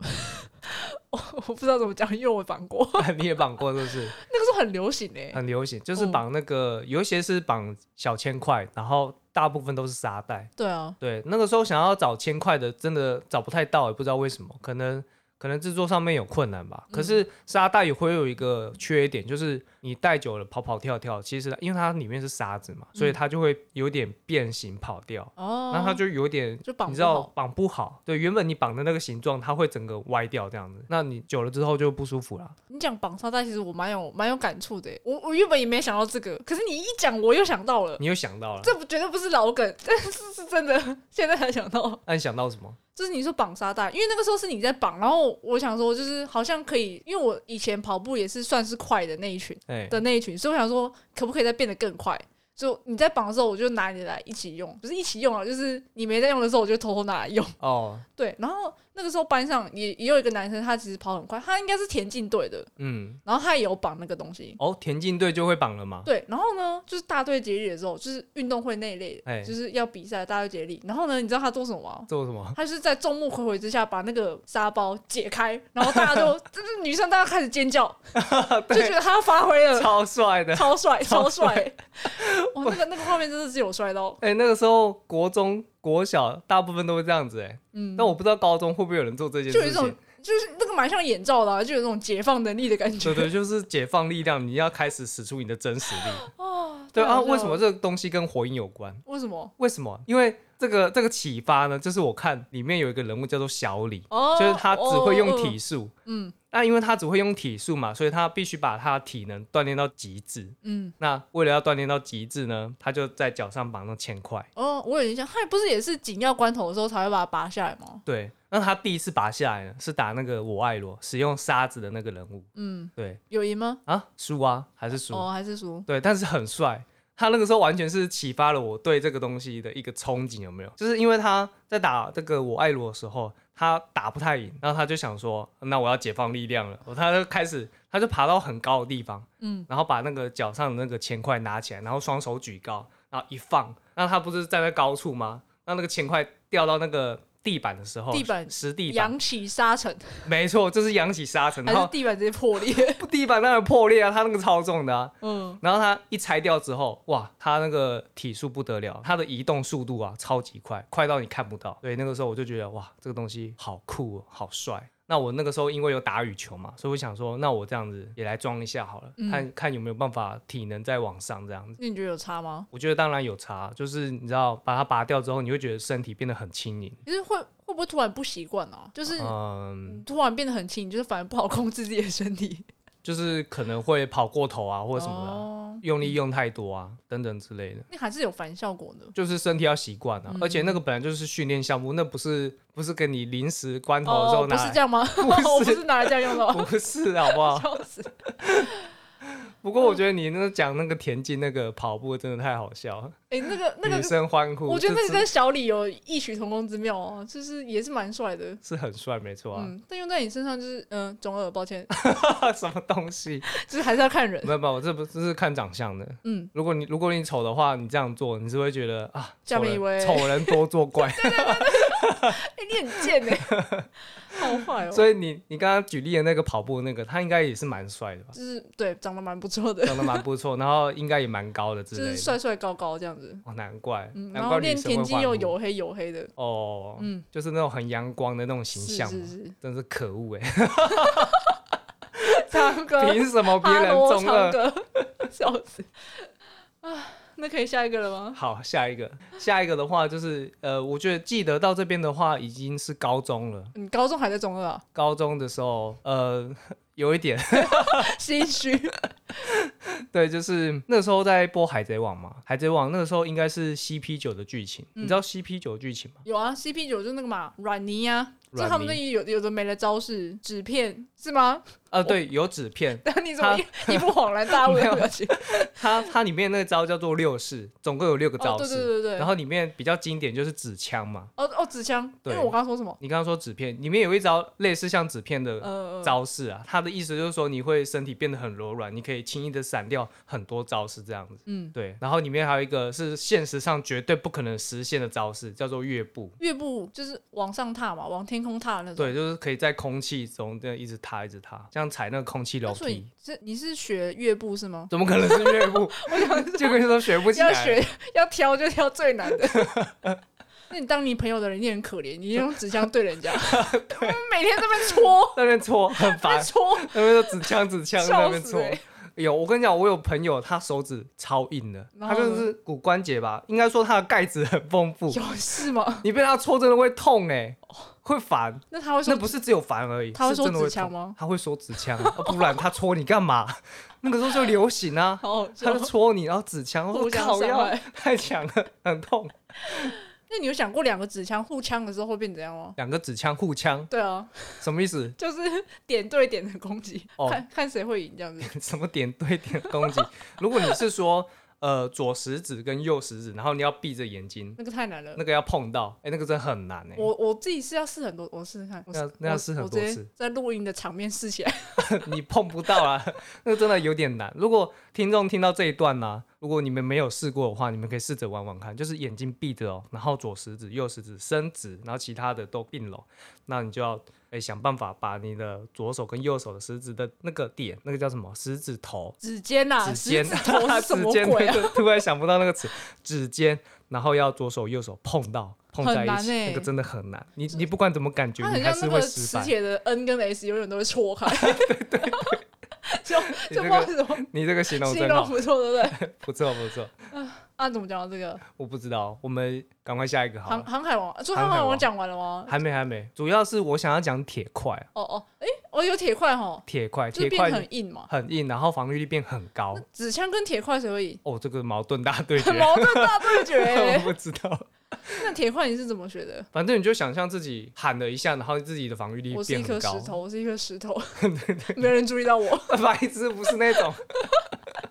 Speaker 1: 我我不知道怎么讲，因为我绑过，
Speaker 2: 你也绑过是不是？
Speaker 1: 那个时候很流行哎、
Speaker 2: 很流行，就是
Speaker 1: 嗯
Speaker 2: 绑那个，有一些是绑小千块，然后大部分都是沙袋。
Speaker 1: 对啊，
Speaker 2: 对，那个时候想要找千块的，真的找不太到，也不知道为什么，可能可能制作上面有困难吧。可
Speaker 1: 嗯
Speaker 2: 是沙袋也会有一个缺点，就是你戴久了跑跑跳跳，其实因为它里面是沙子嘛，所以
Speaker 1: 嗯
Speaker 2: 它就会有点变形跑掉，
Speaker 1: 哦，
Speaker 2: 那它就有点。
Speaker 1: 就绑
Speaker 2: 你
Speaker 1: 不
Speaker 2: 知道
Speaker 1: 好
Speaker 2: 绑不好，对，原本你绑的那个形状，它会整个歪掉这样子，那你久了之后就不舒服了。
Speaker 1: 你讲绑沙袋，其实我蛮有蛮有感触的欸。我我原本也没想到这个，可是你一讲，我又想到了。
Speaker 2: 你又想到了，
Speaker 1: 这不绝对不是老梗， 但是是真的，现在才想到。
Speaker 2: 那你想到什么？
Speaker 1: 就是你说绑沙袋，因为那个时候是你在绑，然后我想说，就是好像可以，因为我以前跑步也是算是快的那一群
Speaker 2: 哎、
Speaker 1: 的那一群，所以我想说，可不可以再变得更快？就你在绑的时候，我就拿你来一起用，不是一起用啊，就是你没在用的时候，我就偷偷拿来用。
Speaker 2: 哦，
Speaker 1: 对，然后那个时候班上也也有一个男生，他其实跑很快，他应该是田径队的，
Speaker 2: 嗯，
Speaker 1: 然后他也有绑那个东西。
Speaker 2: 哦，田径队就会绑了嘛，
Speaker 1: 对，然后呢，就是大队接力的时候，就是运动会那一类的，
Speaker 2: 哎
Speaker 1: 就是要比赛大队接力。然后呢，你知道他做什么吗？
Speaker 2: 做什么？
Speaker 1: 他就是在众目睽睽之下把那个沙包解开，然后大家就就是女生大家开始尖叫，就觉得他要发挥了，
Speaker 2: 超帅的，
Speaker 1: 超帅，超帅！哇，那个那个画面真的是有帅到，
Speaker 2: 哎、那个时候国中、国小大部分都会这样子哎、
Speaker 1: 嗯，
Speaker 2: 但我不知道高中会不会有人做这件
Speaker 1: 就有
Speaker 2: 事
Speaker 1: 一种
Speaker 2: 情。
Speaker 1: 就是那个蛮像眼罩的、啊，就有那种解放能力的感觉
Speaker 2: 对。对，就是解放力量，你要开始使出你的真实力。
Speaker 1: 哦，
Speaker 2: 对
Speaker 1: 太
Speaker 2: 啊，
Speaker 1: 好笑
Speaker 2: 为什么
Speaker 1: 了？
Speaker 2: 这个东西跟火影有关？
Speaker 1: 为什么？
Speaker 2: 为什么？因为这个这个启发呢，就是我看里面有一个人物叫做小李，
Speaker 1: 哦，
Speaker 2: 就是他只会用体
Speaker 1: 哦，
Speaker 2: 术。
Speaker 1: 嗯
Speaker 2: 那因为他只会用体术嘛，所以他必须把他的体能锻炼到极致。
Speaker 1: 嗯，
Speaker 2: 那为了要锻炼到极致呢，他就在脚上绑上千块。
Speaker 1: 哦，我有印象，他不是也是紧要关头的时候才会把它拔下来吗？
Speaker 2: 对，那他第一次拔下来呢，是打那个我爱罗，使用沙子的那个人物。
Speaker 1: 嗯，
Speaker 2: 对
Speaker 1: 有赢吗？
Speaker 2: 啊，输啊，还是输。
Speaker 1: 哦，还是输？
Speaker 2: 对，但是很帅。他那个时候完全是启发了我对这个东西的一个憧憬，有没有？就是因为他在打这个我爱罗的时候，他打不太赢，然后他就想说，那我要解放力量了。他就开始，他就爬到很高的地方，
Speaker 1: 嗯，
Speaker 2: 然后把那个脚上的那个钱块拿起来，然后双手举高，然后一放，那他不是站在高处吗？那那个钱块掉到那个地板的时候，
Speaker 1: 地板
Speaker 2: 实地板，
Speaker 1: 扬起沙尘，
Speaker 2: 没错，就是扬起沙尘，
Speaker 1: 还
Speaker 2: 然
Speaker 1: 是
Speaker 2: 后
Speaker 1: 地板直接破裂？
Speaker 2: 地板当然破裂啊，他那个超重的啊，
Speaker 1: 嗯，
Speaker 2: 然后他一拆掉之后，哇，他那个体术不得了，他的移动速度啊超级快，快到你看不到。对，那个时候我就觉得哇，这个东西好酷、哦，好帅。那我那个时候因为有打羽球嘛，所以我想说，那我这样子也来装一下好了，
Speaker 1: 嗯
Speaker 2: 看看有没有办法体能再往上这样子。
Speaker 1: 那你觉得有差吗？
Speaker 2: 我觉得当然有差，就是你知道把它拔掉之后，你会觉得身体变得很轻盈。
Speaker 1: 就是会会不会突然不习惯啊？就是
Speaker 2: 嗯，
Speaker 1: 突然变得很轻，就是反而不好控制自己的身体，
Speaker 2: 就是可能会跑过头啊，或者什么的啊、
Speaker 1: 哦，
Speaker 2: 用力用太多啊，等等之类的。
Speaker 1: 那还是有反效果的。
Speaker 2: 就是身体要习惯啊，
Speaker 1: 嗯
Speaker 2: 而且那个本来就是训练项目，那不是不是跟你临时关头的时
Speaker 1: 哦
Speaker 2: 候，拿
Speaker 1: 不是这
Speaker 2: 来，
Speaker 1: 样吗？
Speaker 2: 是
Speaker 1: 我不是拿来这样用的哦，
Speaker 2: 不是好不好？
Speaker 1: 笑死！
Speaker 2: 不过我觉得你那讲那个田径那个跑步真的太好笑了，
Speaker 1: 哎，那个那
Speaker 2: 女
Speaker 1: 个，
Speaker 2: 生欢呼，
Speaker 1: 我觉得那个
Speaker 2: 这是
Speaker 1: 跟小李有异曲同工之妙哦，就是也是蛮帅的。
Speaker 2: 是很帅，没错啊，
Speaker 1: 嗯，但用在你身上就是，嗯、中二，抱歉，
Speaker 2: 什么东西？
Speaker 1: 就是还是要看 人。
Speaker 2: 没有没有，这不这是看长相的。
Speaker 1: 嗯，
Speaker 2: 如果你如果你丑的话，你这样做，你是会觉得啊，
Speaker 1: 下
Speaker 2: 丑
Speaker 1: 面一位
Speaker 2: 人丑人多作怪。
Speaker 1: 哎、你很贱 哎、好坏哦。
Speaker 2: 所以你你刚刚举例的那个跑步那个，他应该也是蛮帅的吧？
Speaker 1: 就是对，长得蛮不错 的，
Speaker 2: 长得蛮不错，然后应该也蛮高的之
Speaker 1: 就
Speaker 2: 类
Speaker 1: 是
Speaker 2: 的。
Speaker 1: 帅帅高高这样子。
Speaker 2: 哦，难怪，
Speaker 1: 嗯，然
Speaker 2: 难
Speaker 1: 后
Speaker 2: 怪女
Speaker 1: 练
Speaker 2: 生会
Speaker 1: 田径
Speaker 2: 欢
Speaker 1: 又
Speaker 2: 呼
Speaker 1: 黝黑黝黑的，
Speaker 2: 哦，
Speaker 1: 嗯
Speaker 2: 就是那种很阳光的那种形
Speaker 1: 是
Speaker 2: 象
Speaker 1: 是
Speaker 2: 嘛，
Speaker 1: 是，
Speaker 2: 真是可恶哎、
Speaker 1: 唱歌，
Speaker 2: 凭什么别
Speaker 1: 啊哈
Speaker 2: 人
Speaker 1: 罗
Speaker 2: 中
Speaker 1: 唱
Speaker 2: 二？
Speaker 1: 歌， 笑死啊！那可以下一个了吗？
Speaker 2: 好，下一个，下一个的话就是，呃，我觉得记得到这边的话已经是高中了。
Speaker 1: 你高中还在中二啊？
Speaker 2: 高中的时候，呃，有一点，
Speaker 1: 心虚，
Speaker 2: 对，就是那时候在播《海贼王》嘛，《海贼王》那个时候应该是 CP 九的剧情，
Speaker 1: 嗯
Speaker 2: 你知道 CP 九剧情吗？
Speaker 1: 有啊，CP 九就那个嘛，软泥啊，就
Speaker 2: 软
Speaker 1: 他们
Speaker 2: 泥
Speaker 1: 那里有有的没的招式，纸片是吗？
Speaker 2: 啊，对，有纸片，
Speaker 1: 但你怎么一一 副恍然大悟的表 情？
Speaker 2: 它它里面那个招叫做六式，总共有六个
Speaker 1: 哦，
Speaker 2: 招
Speaker 1: 对
Speaker 2: 式，
Speaker 1: 对对对，
Speaker 2: 然后里面比较经典就是纸枪嘛，
Speaker 1: 哦哦，纸枪，因
Speaker 2: 对
Speaker 1: 为我刚刚说什么？
Speaker 2: 你刚刚说纸片，里面有一招类似像纸片的
Speaker 1: 呃，
Speaker 2: 招式啊，它的意思就是说你会身体变得很柔软，你可以轻易的闪掉很多招式这样子。
Speaker 1: 嗯，
Speaker 2: 对，然后里面还有一个是现实上绝对不可能实现的招式，叫做跃步。
Speaker 1: 月步就是往上踏嘛，往天空踏的那种。
Speaker 2: 对，就是可以在空气中这样一直踏，一直踏，像踩那个空气楼
Speaker 1: 那所以
Speaker 2: 梯。
Speaker 1: 是你是学乐步是吗？
Speaker 2: 怎么可能是跃步？
Speaker 1: 我想说
Speaker 2: 这个都学不起
Speaker 1: 要
Speaker 2: 来。
Speaker 1: 学要挑就挑最难的。 那你当你朋友的人，你很可怜，你用纸枪对人 家，他们 每天在那边戳，
Speaker 2: 那边搓很
Speaker 1: 在那
Speaker 2: 烦
Speaker 1: 边，戳，
Speaker 2: 那边就指枪指枪在那
Speaker 1: 笑
Speaker 2: 边
Speaker 1: 死
Speaker 2: 搓。
Speaker 1: 欸！
Speaker 2: 有，我跟你讲，我有朋友，他手指超硬的，
Speaker 1: 然
Speaker 2: 他
Speaker 1: 后
Speaker 2: 就
Speaker 1: 呢
Speaker 2: 是骨关节吧，应该说他的钙质很丰富。
Speaker 1: 有事吗？
Speaker 2: 你被他戳真的会痛哎、会烦。
Speaker 1: 那他会说
Speaker 2: 那不是只有烦而已，
Speaker 1: 他会
Speaker 2: 是
Speaker 1: 说
Speaker 2: 真的会
Speaker 1: 指枪
Speaker 2: 痛
Speaker 1: 吗？
Speaker 2: 他会说指枪啊，啊不然他戳你 干嘛？那个时候就流行啊，
Speaker 1: 好好
Speaker 2: 他
Speaker 1: 笑
Speaker 2: 就戳你，然后指枪，我
Speaker 1: 哦 互相
Speaker 2: 靠，
Speaker 1: 伤
Speaker 2: 要
Speaker 1: 害。
Speaker 2: 太强了，很痛。
Speaker 1: 那你有想过两个纸枪互枪的时候会变怎样 吗？
Speaker 2: 两个指枪互枪，
Speaker 1: 对啊，
Speaker 2: 什么意思？
Speaker 1: 就是 点对点的攻击，
Speaker 2: 哦
Speaker 1: 看看谁会赢这样子。
Speaker 2: 什么点对点攻击？如果你是说呃左食指跟右食指，然后你要闭着眼睛，
Speaker 1: 那个太难了
Speaker 2: 那。个要碰到，哎、那个真的很难哎、
Speaker 1: 我我自己是要试很多，我试试看。我
Speaker 2: 那那要试很
Speaker 1: 我
Speaker 2: 多
Speaker 1: 我直接
Speaker 2: 次
Speaker 1: 在录音的场面试起来。
Speaker 2: 你碰不到啊， 那个真的有点难。如果听众听到这一段呢、如果你们没有试过的话，你们可以试着玩玩看，就是眼睛闭着哦，然后左食指、右食指伸直，然后其他的都并拢，那你就要哎想办法把你的左手跟右手的食指的那个点，那个叫什么食指头。
Speaker 1: 指尖呐、啊，
Speaker 2: 指 尖，
Speaker 1: 食指头是什么
Speaker 2: 指尖
Speaker 1: 鬼啊？
Speaker 2: 那个突然想不到那个词，指尖，然后要左手右手碰到，碰在
Speaker 1: 很
Speaker 2: 一
Speaker 1: 难
Speaker 2: 起，
Speaker 1: 欸
Speaker 2: 那个真的很难。你你不管怎么感觉
Speaker 1: 它，
Speaker 2: 你
Speaker 1: 很
Speaker 2: 还
Speaker 1: 像
Speaker 2: 是
Speaker 1: 那
Speaker 2: 会
Speaker 1: 个
Speaker 2: 失
Speaker 1: 磁
Speaker 2: 败。
Speaker 1: 铁的 N 跟 S 永远都会错 开，
Speaker 2: 你
Speaker 1: 就
Speaker 2: 这
Speaker 1: 不知道
Speaker 2: 个
Speaker 1: 为什么
Speaker 2: 你这个形容
Speaker 1: 形
Speaker 2: 真
Speaker 1: 容
Speaker 2: 好，
Speaker 1: 不错，对不对？
Speaker 2: 不错不错。
Speaker 1: 啊，怎么讲到这个
Speaker 2: 我不知道，我们赶快下一个好
Speaker 1: 航
Speaker 2: 了。
Speaker 1: 航海王？说
Speaker 2: 航
Speaker 1: 航
Speaker 2: 海
Speaker 1: 海
Speaker 2: 王
Speaker 1: 王讲完了吗？
Speaker 2: 还没还没，主要是我想要讲铁块，
Speaker 1: 哦哦，诶，我有铁块哈，
Speaker 2: 铁块，
Speaker 1: 就是
Speaker 2: 铁
Speaker 1: 变
Speaker 2: 块
Speaker 1: 得很硬嘛。
Speaker 2: 很硬，然后防御力变很高。
Speaker 1: 纸枪跟铁块谁会赢？
Speaker 2: 哦，这个矛盾大对决，
Speaker 1: 矛盾大对决、
Speaker 2: 我
Speaker 1: 欸。
Speaker 2: 不知道。
Speaker 1: 那铁块你是怎么学的？
Speaker 2: 反正你就想象自己喊了一下，然后自己的防御力
Speaker 1: 我是
Speaker 2: 变
Speaker 1: 一颗
Speaker 2: 很
Speaker 1: 石
Speaker 2: 高。
Speaker 1: 头，我是一颗石头，没人注意到我，
Speaker 2: 白痴不是那种，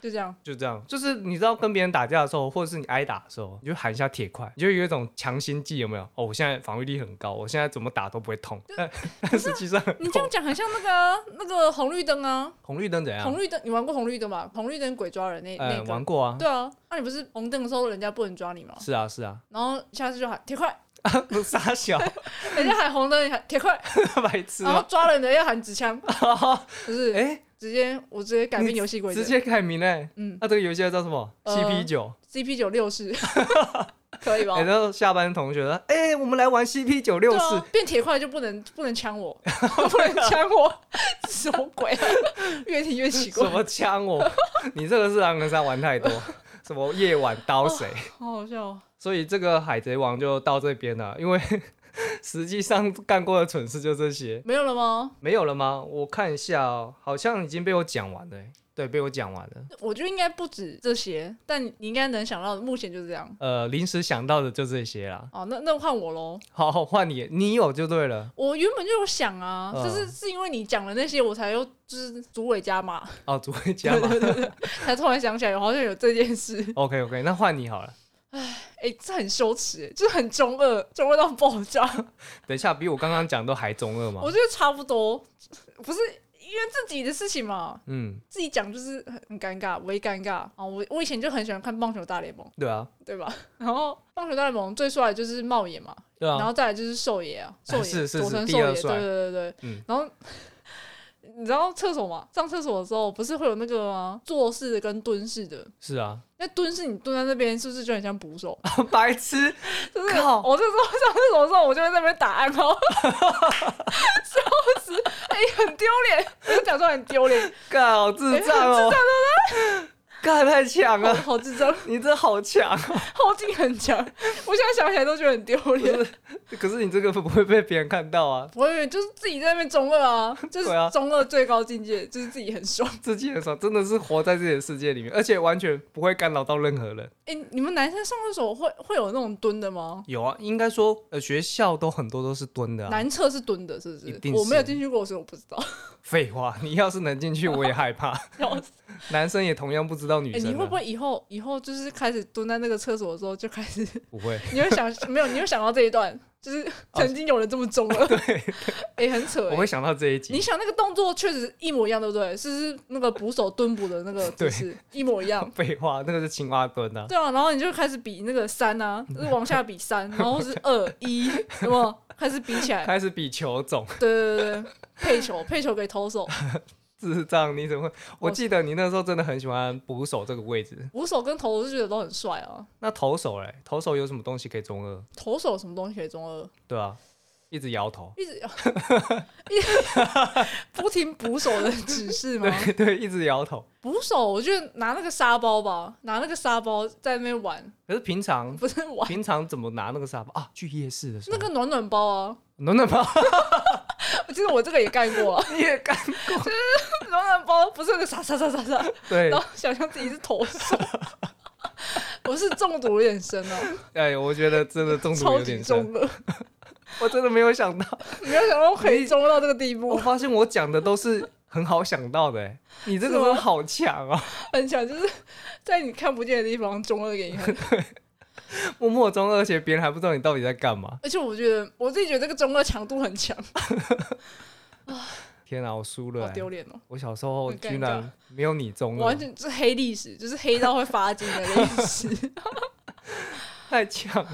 Speaker 1: 就这样。
Speaker 2: 就这样，就是你知道跟别人打架的时候，或者是你挨打的时候，你就喊一下铁块，你就有一种强心剂，有没有？哦，我现在防御力很高，我现在怎么打都不会痛。但但 实际上，
Speaker 1: 你这样讲很像那个啊、那个红绿灯啊，
Speaker 2: 红绿灯怎样
Speaker 1: 红？绿灯，你玩过红绿灯吧？红绿灯鬼抓人那、
Speaker 2: 呃
Speaker 1: 那，个
Speaker 2: 玩，过啊。
Speaker 1: 对啊，那、你不是红灯的时候人家不能抓你吗？
Speaker 2: 是啊，是啊，
Speaker 1: 然后下次就喊铁块，
Speaker 2: 不傻小
Speaker 1: 人家喊红灯，你喊铁块，
Speaker 2: 白痴哦
Speaker 1: 然后
Speaker 2: 吗？
Speaker 1: 抓人的要喊纸 枪，就是
Speaker 2: 哎、
Speaker 1: 直接我直接改变游戏规则
Speaker 2: 直，接改名哎、
Speaker 1: 嗯
Speaker 2: 那、这个游戏叫什么
Speaker 1: 呃
Speaker 2: ？CP 九、
Speaker 1: ，CP 九六 式，可以吧
Speaker 2: 哎，？然后下班同学说，哎、我们来玩 CP 九六
Speaker 1: 对
Speaker 2: 四
Speaker 1: 啊，，变铁块就不能不能呛我，不能呛我， 什么鬼、 啊？越听越奇怪
Speaker 2: 什，么枪哦？ 你这个是狼人杀玩太多， 什么夜晚刀谁？
Speaker 1: 好好笑哦。
Speaker 2: 所以这个海贼王就到这边了，因为 实际上干过的蠢事就这些，
Speaker 1: 没有了吗？
Speaker 2: 没有了吗？我看一下、哦，好像已经被我讲完了欸、对，被我讲完了。
Speaker 1: 我觉得应该不止这些，但你应该能想到的，目前就是这样。
Speaker 2: 呃，临时想到的就这些啦。
Speaker 1: 哦，那那换我喽。
Speaker 2: 好，换你，你有就对了。
Speaker 1: 我原本就有想啊，
Speaker 2: 嗯
Speaker 1: 就是是因为你讲了那些，我才又就是组委加码，
Speaker 2: 哦，主会加嘛。
Speaker 1: 才突然想起来，我好像有这件事。
Speaker 2: OK OK，那换你好了。
Speaker 1: 哎、这很羞耻欸，就是很中二，中二到爆炸。
Speaker 2: 等一下，比我刚刚讲都还中二吗
Speaker 1: 我？觉得差不多，不是因为自己的事情嘛，
Speaker 2: 嗯，
Speaker 1: 自己讲就是很很尴尬，微尴尬啊。我我以前就很喜欢看棒球大联盟，
Speaker 2: 对啊，
Speaker 1: 对吧？然后棒球大联盟最帅的就是茂野嘛，
Speaker 2: 对
Speaker 1: 然
Speaker 2: 啊，哎
Speaker 1: 后再来就是寿爷啊，寿爷
Speaker 2: 是是
Speaker 1: 佐
Speaker 2: 是
Speaker 1: 藤
Speaker 2: 第
Speaker 1: 寿
Speaker 2: 二
Speaker 1: 爷，对
Speaker 2: 帅
Speaker 1: 对对对，
Speaker 2: 嗯
Speaker 1: 然后。 你知道厕所嘛？上厕所的时候不是会有那个吗？坐式的跟蹲式的。
Speaker 2: 是啊，
Speaker 1: 那蹲式你蹲在那边是不是就很像捕手？
Speaker 2: 白痴，
Speaker 1: 就是
Speaker 2: 靠
Speaker 1: 我这时候上厕所的时候，我就会在那边打暗号，笑死！哎、很丢脸，不用讲说很丢 脸，
Speaker 2: 干好智 障哦、 干太强
Speaker 1: 好
Speaker 2: 了，
Speaker 1: 好智障，
Speaker 2: 你这好强、啊
Speaker 1: 后劲很强。我现在想起来都觉得很丢脸。
Speaker 2: 可是你这个不会被别人看到啊，
Speaker 1: 我以为就是自己在那边中二啊，就是
Speaker 2: 对啊
Speaker 1: 中二最高境界，就是自己很爽。
Speaker 2: 自己很爽，真的是活在自己的世界里面，而且完全不会干扰到任何人。
Speaker 1: 哎、你们男生上厕所会会有那种蹲的吗？
Speaker 2: 有啊，应该说呃学校都很多都是蹲的、啊。
Speaker 1: 男厕是蹲的，是不是？
Speaker 2: 一定
Speaker 1: 我没有
Speaker 2: 是
Speaker 1: 进去过，所以我不知道。
Speaker 2: 废话，你要是能进去，我也害怕。
Speaker 1: 笑死
Speaker 2: 男生也同样不知道女
Speaker 1: 哎、
Speaker 2: 生啊、
Speaker 1: 你会不会以后以后就是开始蹲在那个厕所的时候就开始，
Speaker 2: 不会？
Speaker 1: 你会想没有？你会想到这一段，就是曾经有人这么中了， 对，哎、很扯、
Speaker 2: 哦我
Speaker 1: 欸
Speaker 2: 会。想到这一集。。
Speaker 1: 你想那个动作确实一模一样，对不对？是不是那个捕手蹲捕的那个姿势一模一样
Speaker 2: 废话，那个是青蛙蹲啊，
Speaker 1: 对啊，然后你就开始比那个三 啊，就是往下比三，然后是二一，什么开始比起来，
Speaker 2: 开始比球种，
Speaker 1: 对对对对，配球配球给投手，
Speaker 2: 智障，你怎么会？我记得你那时候真的很喜欢捕手这个位置。
Speaker 1: 捕手跟投手就觉得都很帅啊。
Speaker 2: 那投手嘞？投手有什么东西可以中二？
Speaker 1: 投手有什么东西可以中二？
Speaker 2: 对啊，一直摇头，
Speaker 1: 一直 一直不听捕手的指示 吗？
Speaker 2: 对 对，一直摇头。
Speaker 1: 捕手，我觉得拿那个沙包吧，拿那个沙包在那边玩，
Speaker 2: 可是平常
Speaker 1: 不是玩
Speaker 2: 平常怎么拿那个沙包啊？去夜市的时候，
Speaker 1: 那个暖暖包啊。
Speaker 2: 暖暖包
Speaker 1: 其实我这个也干过啊，
Speaker 2: 你也干？
Speaker 1: 暖暖包不是那个沙沙沙沙沙，
Speaker 2: 对
Speaker 1: 然，后想象自己是投手， 我是中毒有点深哦、
Speaker 2: 哎，我觉得真的中毒
Speaker 1: 超
Speaker 2: 有
Speaker 1: 级
Speaker 2: 点
Speaker 1: 中
Speaker 2: 深，
Speaker 1: 了，
Speaker 2: 我真的没有想到，
Speaker 1: 没有想到可以中到这个地
Speaker 2: 我
Speaker 1: 步，
Speaker 2: 发现我讲的都是很好想到的，哎，你这个
Speaker 1: 是吗
Speaker 2: 真的好强啊！
Speaker 1: 很强，就是在你看不见的地方中了给你看。
Speaker 2: 默默中二，而且别人还不知道你到底在干嘛。
Speaker 1: 而且我觉得我自己觉得这个中二强度很强，
Speaker 2: 天啊，我输了、
Speaker 1: 好
Speaker 2: 欸！
Speaker 1: 丢脸哦，
Speaker 2: 我小时候
Speaker 1: 很尴
Speaker 2: 居然没有你中
Speaker 1: 我
Speaker 2: 了
Speaker 1: 完，全是黑历史，就是黑到会发金的历史。
Speaker 2: 太强了！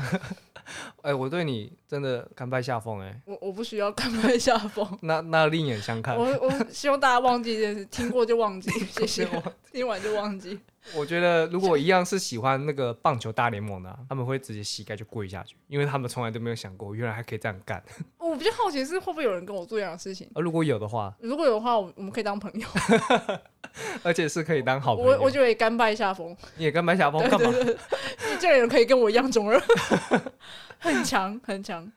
Speaker 2: 哎、我对你真的甘拜下风哎、
Speaker 1: 我我不需要甘拜下风，
Speaker 2: 那那另眼相看。
Speaker 1: 我我希望大家忘记这件事，听过就 忘记，谢谢
Speaker 2: 对，
Speaker 1: 听完就忘记。
Speaker 2: 我觉得如果一样是喜欢那个棒球大联盟的啊、他们会直接膝盖就跪下去，因为他们从来都没有想过原来还可以这样干。
Speaker 1: 我比较好奇是会不会有人跟我做一样的事情。
Speaker 2: 而如果有的话，
Speaker 1: 如果有的话，我我们可以当朋友。
Speaker 2: 而且是可以当好朋
Speaker 1: 我我
Speaker 2: 友，
Speaker 1: 觉得也甘拜下风。
Speaker 2: 你也甘拜下风干嘛？
Speaker 1: 这个人可以跟我一样中二， 很强很强。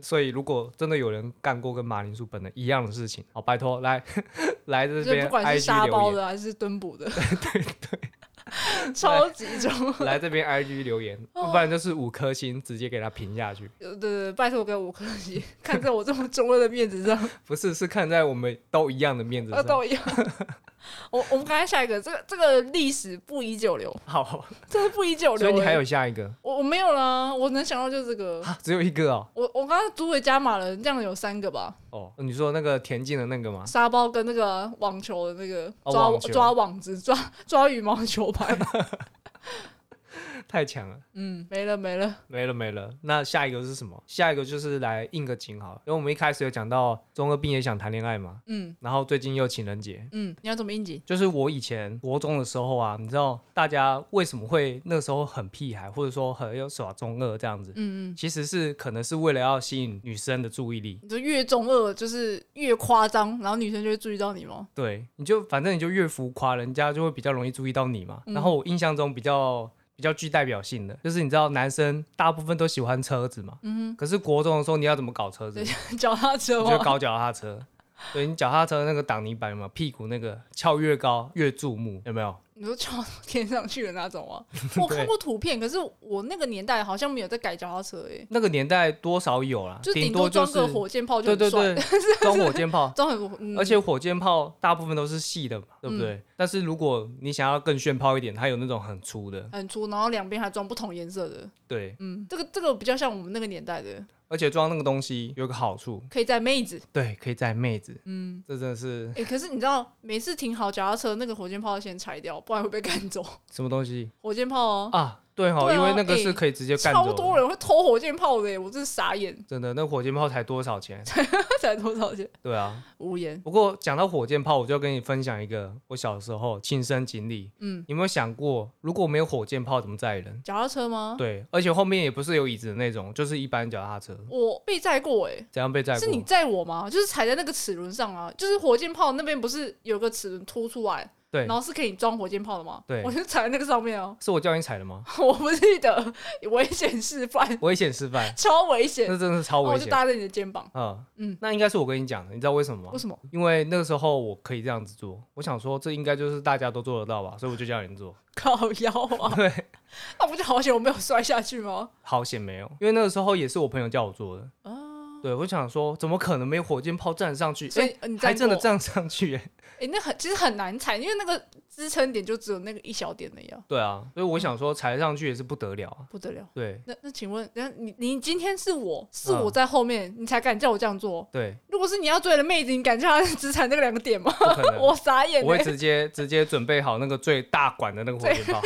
Speaker 2: 所以如果真的有人干过跟马铃薯本人一样的事情，好，拜托来 来这
Speaker 1: 就是
Speaker 2: 边
Speaker 1: 不管是
Speaker 2: IG
Speaker 1: 沙包
Speaker 2: 留言，
Speaker 1: 的还是蹲 捕的，对对对，超级中。
Speaker 2: 来这边 IG 留言，不然就是五颗星直接给他评下去。
Speaker 1: 呃对对对，拜托给我五颗星， 看在我这么中二的面子上，
Speaker 2: 不是，是看在我们呃都一样的面子
Speaker 1: 要
Speaker 2: 上。
Speaker 1: 到一样。我我们刚才下一个，这个这个历史不宜久留，
Speaker 2: 好，好
Speaker 1: 真的不宜久留、
Speaker 2: 所以你还
Speaker 1: 欸
Speaker 2: 有下一个
Speaker 1: 我我没有啦，我能想到就这个。
Speaker 2: 啊？只有一个哦。
Speaker 1: 我我刚刚组委加码了，这样有三个吧，
Speaker 2: 哦，你说那个田径的那个吗？
Speaker 1: 沙包跟那个网球的那个
Speaker 2: 啊哦
Speaker 1: 抓、
Speaker 2: 网球
Speaker 1: 抓网子抓抓羽毛球拍，
Speaker 2: 太强了，
Speaker 1: 嗯，没了没了。
Speaker 2: 没了没了。那下一个是什么？下一个就是来应个景好了，因为我们一开始有讲到中二病也想谈恋爱嘛，
Speaker 1: 嗯
Speaker 2: 然后最近又情人节。
Speaker 1: 嗯，你要怎么应景？
Speaker 2: 就是我以前国中的时候啊，你知道大家为什么会那时候很屁孩，或者说很有耍中二这样子，
Speaker 1: 嗯嗯，嗯
Speaker 2: 其实是可能是为了要吸引女生的注意力，
Speaker 1: 你就越中二就是越夸张，然后女生就会注意到你吗？
Speaker 2: 对，你就反正你就越浮夸，人家就会比较容易注意到你嘛。
Speaker 1: 嗯
Speaker 2: 然后我印象中比较比较具代表性的，就是你知道男生大部分都喜欢车子嘛，
Speaker 1: 嗯
Speaker 2: 可是国中的时候你要怎么搞车子？你
Speaker 1: 哼，脚踏车
Speaker 2: 就
Speaker 1: 吗？
Speaker 2: 搞脚踏车。对你脚踏车那个挡泥板有没有屁股那个翘越高越注目有没有？
Speaker 1: 你说翘到天上去的那种 吗？我看过图片，可是我那个年代好像没有在改脚踏车诶、
Speaker 2: 那个年代多少有啦，
Speaker 1: 就顶
Speaker 2: 多就
Speaker 1: 装
Speaker 2: 是
Speaker 1: 个火箭炮就
Speaker 2: 对
Speaker 1: 很
Speaker 2: 对
Speaker 1: 帅
Speaker 2: 对，装火箭炮，
Speaker 1: 装很、 嗯、
Speaker 2: 而且火箭炮大部分都是细的嘛，对不对？但是如果你想要更炫炮一点，它有那种很粗的，
Speaker 1: 很粗，然后两边还装不同颜色的。
Speaker 2: 对，
Speaker 1: 嗯，这个这个比较像我们那个年代的，
Speaker 2: 而且装那个东西有个好处，
Speaker 1: 可以载妹子。
Speaker 2: 对，可以载妹子，
Speaker 1: 嗯，
Speaker 2: 这真的是
Speaker 1: 哎、可是你知道，每次停好脚踏车，那个火箭炮要先拆掉，不然会被赶走。
Speaker 2: 什么东西
Speaker 1: 火箭炮哦，
Speaker 2: 啊？对哈，
Speaker 1: 对啊
Speaker 2: 因为那个
Speaker 1: 哎
Speaker 2: 是可以直接干
Speaker 1: 超
Speaker 2: 走
Speaker 1: 多
Speaker 2: 的。
Speaker 1: 人会偷火箭炮的欸耶，我真是傻眼，
Speaker 2: 真的，那火箭炮才多少钱？
Speaker 1: 他才多少钱？
Speaker 2: 对啊。
Speaker 1: 无言。
Speaker 2: 不过讲到火箭炮，我就要跟你分享一个我小时候亲身经历。
Speaker 1: 嗯，
Speaker 2: 你有没有想过，如果没有火箭炮，怎么载人？
Speaker 1: 脚踏车吗？
Speaker 2: 对，而且后面也不是有椅子的那种，就是一般脚踏车，
Speaker 1: 我被载过哎、
Speaker 2: 怎样被载过？
Speaker 1: 是你载我吗？就是踩在那个齿轮上啊，就是火箭炮那边不是有个齿轮凸出来，
Speaker 2: 对
Speaker 1: 然，后是可以装火箭炮的吗？
Speaker 2: 对
Speaker 1: 我就踩在那个上面啊，
Speaker 2: 是我叫你踩的吗？
Speaker 1: 我不记得危险示范，，
Speaker 2: 危险示 范
Speaker 1: 超危险，
Speaker 2: 那真的是超
Speaker 1: 然后
Speaker 2: 危
Speaker 1: 哦我就
Speaker 2: 险。
Speaker 1: 搭在你的肩膀，
Speaker 2: 嗯
Speaker 1: 嗯
Speaker 2: 那应该是我跟你讲的，你知道为什么吗
Speaker 1: 为？什么？
Speaker 2: 因为那个时候我可以这样子做，我想说这应该就是大家都做得到吧，所以我就叫你做。
Speaker 1: 靠腰啊！
Speaker 2: 对，
Speaker 1: 那不就好险我没有摔下去吗？
Speaker 2: 好险没有，因为那个时候也是我朋友叫我做的。
Speaker 1: 啊，
Speaker 2: 对，我想说怎么可能没有火箭炮站上去？
Speaker 1: 所
Speaker 2: 哎、
Speaker 1: 以呃你
Speaker 2: 还真的
Speaker 1: 站，
Speaker 2: 站上去、哎，
Speaker 1: 哎，那很其实很难踩，因为那个支撑点就只有那个一小点的呀，
Speaker 2: 对啊，所以我想说踩上去也是不得了啊。
Speaker 1: 不得了。
Speaker 2: 对
Speaker 1: 那那请问，那你你今天是我是
Speaker 2: 嗯
Speaker 1: 我在后面，你才敢叫我这样做？
Speaker 2: 对，
Speaker 1: 如果是你要追的妹子，你敢叫她只踩那个两个点吗？
Speaker 2: 不可 能。
Speaker 1: 我傻眼、
Speaker 2: 啊我会
Speaker 1: 欸，
Speaker 2: 直接直接准备好那个最大管的那个火箭炮，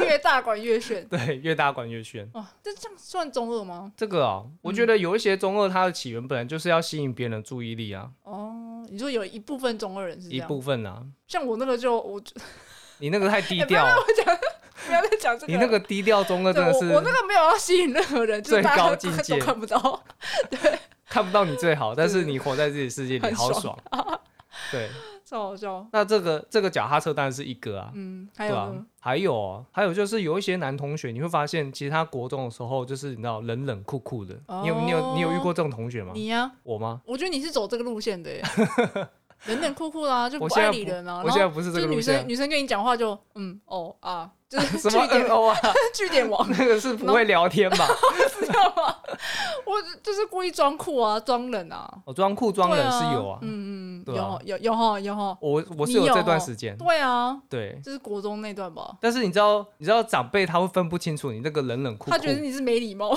Speaker 1: 越大管越炫。
Speaker 2: 对，越大管越炫。
Speaker 1: 哇，这这样算中二吗？
Speaker 2: 这个啊，我
Speaker 1: 嗯
Speaker 2: 觉得有一些中二它的起源本来就是要吸引别人的注意力啊，
Speaker 1: 哦，你说有一部分中二人是这
Speaker 2: 一
Speaker 1: 样，
Speaker 2: 部分啊。
Speaker 1: 像我那个就我就
Speaker 2: 你那个太
Speaker 1: 哎
Speaker 2: 低调了，啊
Speaker 1: 不要再讲这个
Speaker 2: 你
Speaker 1: 了。
Speaker 2: 那个低调中二
Speaker 1: 对
Speaker 2: 真
Speaker 1: 我
Speaker 2: 的
Speaker 1: 我那
Speaker 2: 是
Speaker 1: 个没有要吸引任何人，就是
Speaker 2: 最
Speaker 1: 大家
Speaker 2: 高
Speaker 1: 都
Speaker 2: 境界
Speaker 1: 都看不到。
Speaker 2: 看不到你最好，但
Speaker 1: 对
Speaker 2: 是你活在自己世界里
Speaker 1: 很
Speaker 2: 好爽
Speaker 1: 爽。
Speaker 2: 对，
Speaker 1: 超好笑。
Speaker 2: 那这个这个脚踏车当然是一个啊，
Speaker 1: 嗯，还
Speaker 2: 对
Speaker 1: 有
Speaker 2: 吧、
Speaker 1: 呢，
Speaker 2: 还有哦还有就是有一些男同学，你会发现其实他国中的时候就是你知道冷冷酷酷的，你有你有你有遇过这种同学吗？
Speaker 1: 哦你呀、
Speaker 2: 我吗？
Speaker 1: 我觉得你是走这个路线 的耶，冷冷酷酷啦、就不
Speaker 2: 我现在
Speaker 1: 爱
Speaker 2: 不
Speaker 1: 理人啊。
Speaker 2: 我现在不是
Speaker 1: 然
Speaker 2: 这
Speaker 1: 后
Speaker 2: 个
Speaker 1: 就
Speaker 2: 路
Speaker 1: 女
Speaker 2: 线啊
Speaker 1: 生，女生跟你讲话就嗯哦啊，就是
Speaker 2: 什
Speaker 1: 据
Speaker 2: 么
Speaker 1: 点
Speaker 2: NO 啊？
Speaker 1: 据点王，
Speaker 2: 那个是不会聊 天吧？
Speaker 1: 知道吗？ 我就是故意装酷啊，装冷啊，
Speaker 2: 我哦装酷装
Speaker 1: 对
Speaker 2: 人是有啊，
Speaker 1: 嗯嗯，
Speaker 2: 对啊
Speaker 1: 有有有哈有哈，
Speaker 2: 我我是
Speaker 1: 你
Speaker 2: 有
Speaker 1: 有
Speaker 2: 这段
Speaker 1: 哦
Speaker 2: 时间，
Speaker 1: 对啊，
Speaker 2: 对。
Speaker 1: 这是国中那段吧？
Speaker 2: 但是你知道，你知道长辈他会分不清楚你那个冷冷酷酷，
Speaker 1: 他觉得你是没礼貌，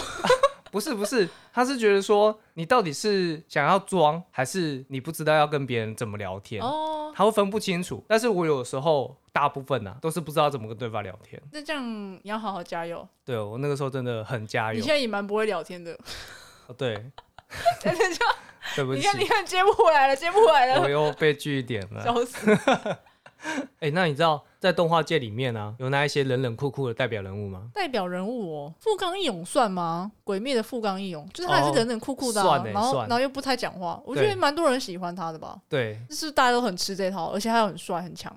Speaker 2: 不是不是，他是觉得说你到底是想要装，还是你不知道要跟别人怎么聊天，
Speaker 1: 哦，
Speaker 2: 他会分不清楚。但是我有时候大部分啊都是不知道怎么跟对方聊天。
Speaker 1: 那这样你要好好加油。
Speaker 2: 对我那个时候真的很加
Speaker 1: 你
Speaker 2: 油
Speaker 1: 现，在也蛮不会聊 天的，
Speaker 2: 哦对，
Speaker 1: 等等一下，
Speaker 2: 对不
Speaker 1: 你
Speaker 2: 起，
Speaker 1: 看你看接不回来了，接不回来
Speaker 2: 我
Speaker 1: 了，
Speaker 2: 又被据点了。
Speaker 1: 笑死！
Speaker 2: 哎、那你知道在动画界里面啊，有那一些冷冷酷酷的代表人物吗？
Speaker 1: 代表人物哦，富冈义勇算吗？鬼灭的富冈义勇，就是他也是冷冷酷酷的、啊
Speaker 2: 哦算欸
Speaker 1: 然后
Speaker 2: 算
Speaker 1: 然后又不太讲话，我觉
Speaker 2: 对
Speaker 1: 得蛮多人喜欢他的吧。
Speaker 2: 对，
Speaker 1: 就是大家都很吃这套，而且他又很帅很强，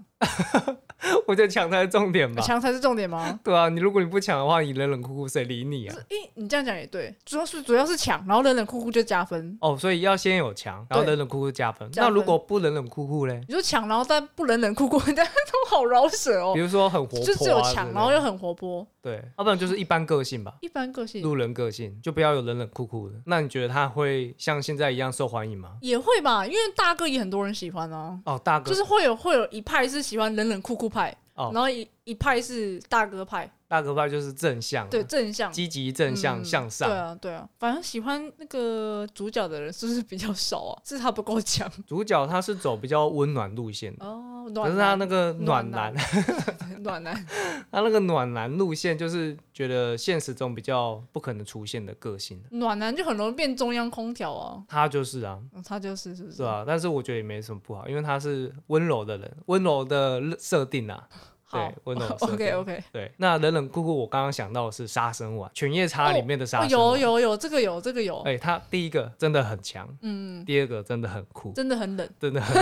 Speaker 2: 我觉得抢才是重点吧。
Speaker 1: 强才是重点吗？
Speaker 2: 对啊，你如果你不抢的话，你冷冷酷酷谁理你啊？
Speaker 1: 诶、呃你这样讲也对，主要是主要是抢，然后冷冷酷酷就加分。
Speaker 2: 哦，所以要先有强，然后
Speaker 1: 对
Speaker 2: 冷冷酷酷加分。
Speaker 1: 加
Speaker 2: 那
Speaker 1: 分
Speaker 2: 如果不冷冷酷酷嘞？
Speaker 1: 你说抢，然后但不冷冷酷 酷，但都好饶舌哦
Speaker 2: 比，如说很活泼、啊，
Speaker 1: 就只有
Speaker 2: 之类的
Speaker 1: 抢，然后又很活泼，
Speaker 2: 对，要不然就是一般个性吧，
Speaker 1: 一般个性
Speaker 2: 路人个性就不要有冷冷酷酷的。那你觉得他会像现在一样受欢迎吗？
Speaker 1: 也会吧，因为大哥也很多人喜欢啊，
Speaker 2: 哦，大哥，
Speaker 1: 就是会有会有一派是喜欢冷冷酷酷派，
Speaker 2: 哦
Speaker 1: 然后一一派是大哥派，
Speaker 2: 大哥派就是正向啊，
Speaker 1: 对正向。
Speaker 2: 积极正向、
Speaker 1: 嗯
Speaker 2: 向上。
Speaker 1: 对啊，对啊，反正喜欢那个主角的人是不是比较少啊？是他不够 强
Speaker 2: 主角他是走比较温暖路线的，
Speaker 1: 哦，
Speaker 2: 可
Speaker 1: 暖
Speaker 2: 是他
Speaker 1: 男
Speaker 2: 那个暖男
Speaker 1: 暖， 暖男，
Speaker 2: 他那个暖男路线就是觉得现实中比较不可能出现的个性，
Speaker 1: 暖男就很容易变中央空调啊。
Speaker 2: 他就是啊，
Speaker 1: 嗯他就是是不是？
Speaker 2: 是啊，但是我觉得也没什么不好，因为他是温柔的人，温柔的设定啊。
Speaker 1: 好
Speaker 2: 对，温柔的设定。
Speaker 1: ，OK OK，
Speaker 2: 对，那冷冷酷酷，我刚刚想到的是杀生丸，《犬夜叉》里面的
Speaker 1: 哦
Speaker 2: 杀生
Speaker 1: 有
Speaker 2: 丸。
Speaker 1: 有有，这个有这个有，
Speaker 2: 哎、他第一个真的很强，
Speaker 1: 嗯，
Speaker 2: 第二个真的很酷，
Speaker 1: 真的很冷，
Speaker 2: 真的很。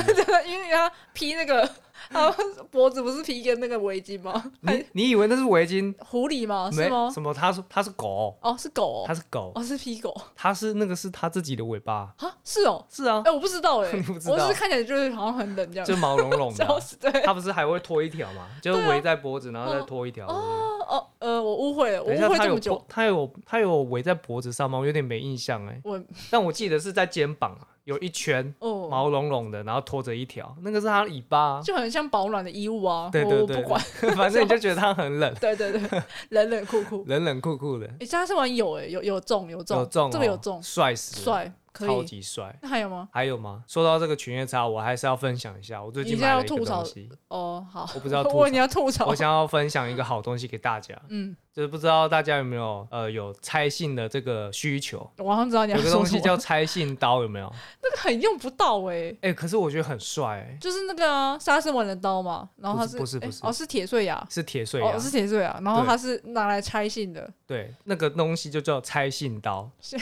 Speaker 1: 因为他披那个 他脖子不是披一个那个围巾吗？
Speaker 2: 你你以为那是围巾？
Speaker 1: 狐狸吗？哦
Speaker 2: 没
Speaker 1: 是吗？
Speaker 2: 什么，他是他是狗，
Speaker 1: 哦，是狗
Speaker 2: 他
Speaker 1: 哦，
Speaker 2: 是狗，
Speaker 1: 哦是披狗
Speaker 2: 他是那个是他自己的尾巴。
Speaker 1: 啊，是哦，
Speaker 2: 是啊
Speaker 1: 哎、，我不知道哎、
Speaker 2: 你 不知
Speaker 1: 我
Speaker 2: 道
Speaker 1: 就是看起来就是好像很冷这样，
Speaker 2: 就毛茸茸的 啊、
Speaker 1: 笑死对。
Speaker 2: 他不是还会拖一条吗？就是围在脖子，然后再拖一条。对不对
Speaker 1: 哦哦呃，我误会了，我
Speaker 2: 等一下，
Speaker 1: 误会
Speaker 2: 他
Speaker 1: 这
Speaker 2: 有
Speaker 1: 么久
Speaker 2: 脖，他有他有围在脖子上吗？我有点没印象哎、
Speaker 1: 我
Speaker 2: 但我记得是在肩膀啊，有一圈
Speaker 1: 哦，
Speaker 2: 毛茸茸的，然后拖着一条，那个是它的尾巴啊。
Speaker 1: 就很像保暖的衣物啊，
Speaker 2: 对
Speaker 1: 我
Speaker 2: 对
Speaker 1: 我
Speaker 2: 对
Speaker 1: 不管，
Speaker 2: 对 反正你就觉得它很冷，
Speaker 1: 对对对，冷冷酷酷。
Speaker 2: 冷冷酷酷的，
Speaker 1: 哎、欸，加上玩有哎、有有中有中，
Speaker 2: 有中哦
Speaker 1: 这个有中，
Speaker 2: 帅死了，
Speaker 1: 帅可
Speaker 2: 超
Speaker 1: 以。
Speaker 2: 级帅。
Speaker 1: 那还有吗？
Speaker 2: 还有吗？说到这个群月茶，我还是要分享一下，我最近
Speaker 1: 你是
Speaker 2: 买
Speaker 1: 要
Speaker 2: 了一个
Speaker 1: 吐槽
Speaker 2: 东西，
Speaker 1: 哦，好，
Speaker 2: 我不 知道
Speaker 1: 我
Speaker 2: 吐
Speaker 1: 你要吐
Speaker 2: 槽，
Speaker 1: 槽
Speaker 2: 我，想要分享一个好东西给大家，
Speaker 1: 嗯，
Speaker 2: 就是不知道大家有没有呃有拆信的这个需求。
Speaker 1: 我好像知道你要
Speaker 2: 有个
Speaker 1: 说
Speaker 2: 东
Speaker 1: 什
Speaker 2: 西
Speaker 1: 么。
Speaker 2: 叫拆信刀，有没有？
Speaker 1: 那个很用不到哎、
Speaker 2: 哎、可是我觉得很帅、欸，
Speaker 1: 就是那个啊杀、生丸的刀嘛，然后它
Speaker 2: 不是不是
Speaker 1: 诶
Speaker 2: 不是
Speaker 1: 哦是铁碎牙，
Speaker 2: 是铁碎牙、
Speaker 1: 哦是铁碎牙，然后
Speaker 2: 对
Speaker 1: 它是拿来拆信的，
Speaker 2: 对，那个东西就叫拆 信刀，
Speaker 1: 谁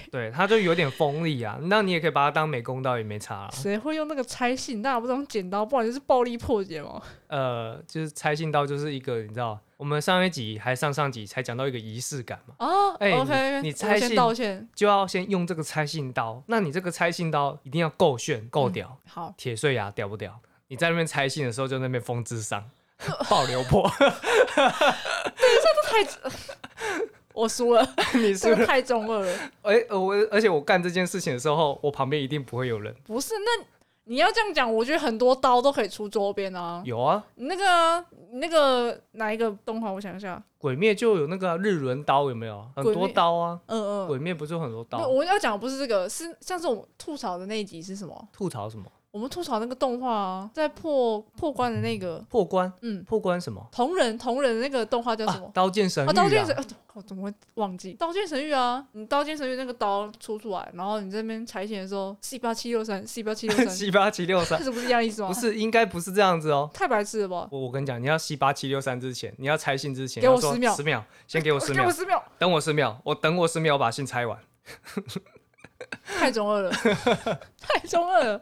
Speaker 2: 对，它就有点锋利啊。那你也可以把它当美工刀，也没差、啊。
Speaker 1: 谁会用那个拆信？大家不是用剪刀，不然就是暴力破解嘛。
Speaker 2: 呃，就是拆信刀就是一个，你知道，我们上一集还上上集才讲到一个仪式感嘛，
Speaker 1: 哦、
Speaker 2: 哎
Speaker 1: o k
Speaker 2: 你你
Speaker 1: 我
Speaker 2: 拆
Speaker 1: 先
Speaker 2: 信
Speaker 1: 道歉。
Speaker 2: 就要先用这个拆信刀。那你这个拆信刀一定要够炫、
Speaker 1: 嗯
Speaker 2: 够屌，
Speaker 1: 好，
Speaker 2: 铁碎牙屌不屌？你在那边拆信的时候就那边风之伤，爆流破，
Speaker 1: 我输 了，
Speaker 2: 你是
Speaker 1: 这
Speaker 2: 不
Speaker 1: 个
Speaker 2: 是？
Speaker 1: 太中二了。
Speaker 2: 而呃我而且我干这件事情的时候，我旁边一定不会有人。
Speaker 1: 不是，那你要这样讲，我觉得很多刀都可以出周边啊。
Speaker 2: 有啊，
Speaker 1: 你那个啊你那个哪一个动画？我想一下，
Speaker 2: 鬼灭就有那个啊日轮刀，有没有？很
Speaker 1: 鬼
Speaker 2: 多
Speaker 1: 灭
Speaker 2: 刀啊，
Speaker 1: 嗯嗯。
Speaker 2: 鬼灭不是有很多
Speaker 1: 那
Speaker 2: 刀？
Speaker 1: 我要讲的不是这个，是上次我们吐槽的那一集是什么？
Speaker 2: 吐槽什么？
Speaker 1: 我们吐槽那个动画啊，在破破关的那个，
Speaker 2: 破关？
Speaker 1: 嗯，
Speaker 2: 破关什么？
Speaker 1: 同人同人的那个动画叫什么
Speaker 2: 啊？，刀剑神域
Speaker 1: 啊，刀剑神，
Speaker 2: 啊！
Speaker 1: 呃我怎么会忘记？刀剑神域啊，你刀剑神域那个刀出出来，然后你这边裁剪的时候，C 八七六三，C 八七六三，
Speaker 2: 七八七六三
Speaker 1: 这，是不是一样意思吗？
Speaker 2: 不，是应该不是这样子哦。
Speaker 1: 太白痴了 吧？
Speaker 2: 我我跟你讲，你要七八七六三之前，你要拆信之前，
Speaker 1: 给我
Speaker 2: 要说
Speaker 1: 10秒
Speaker 2: 十秒，先给我十
Speaker 1: 给
Speaker 2: 秒
Speaker 1: 我，十秒，
Speaker 2: 等我十秒，我等我十秒把信拆完。
Speaker 1: 太中 二了，太中二了。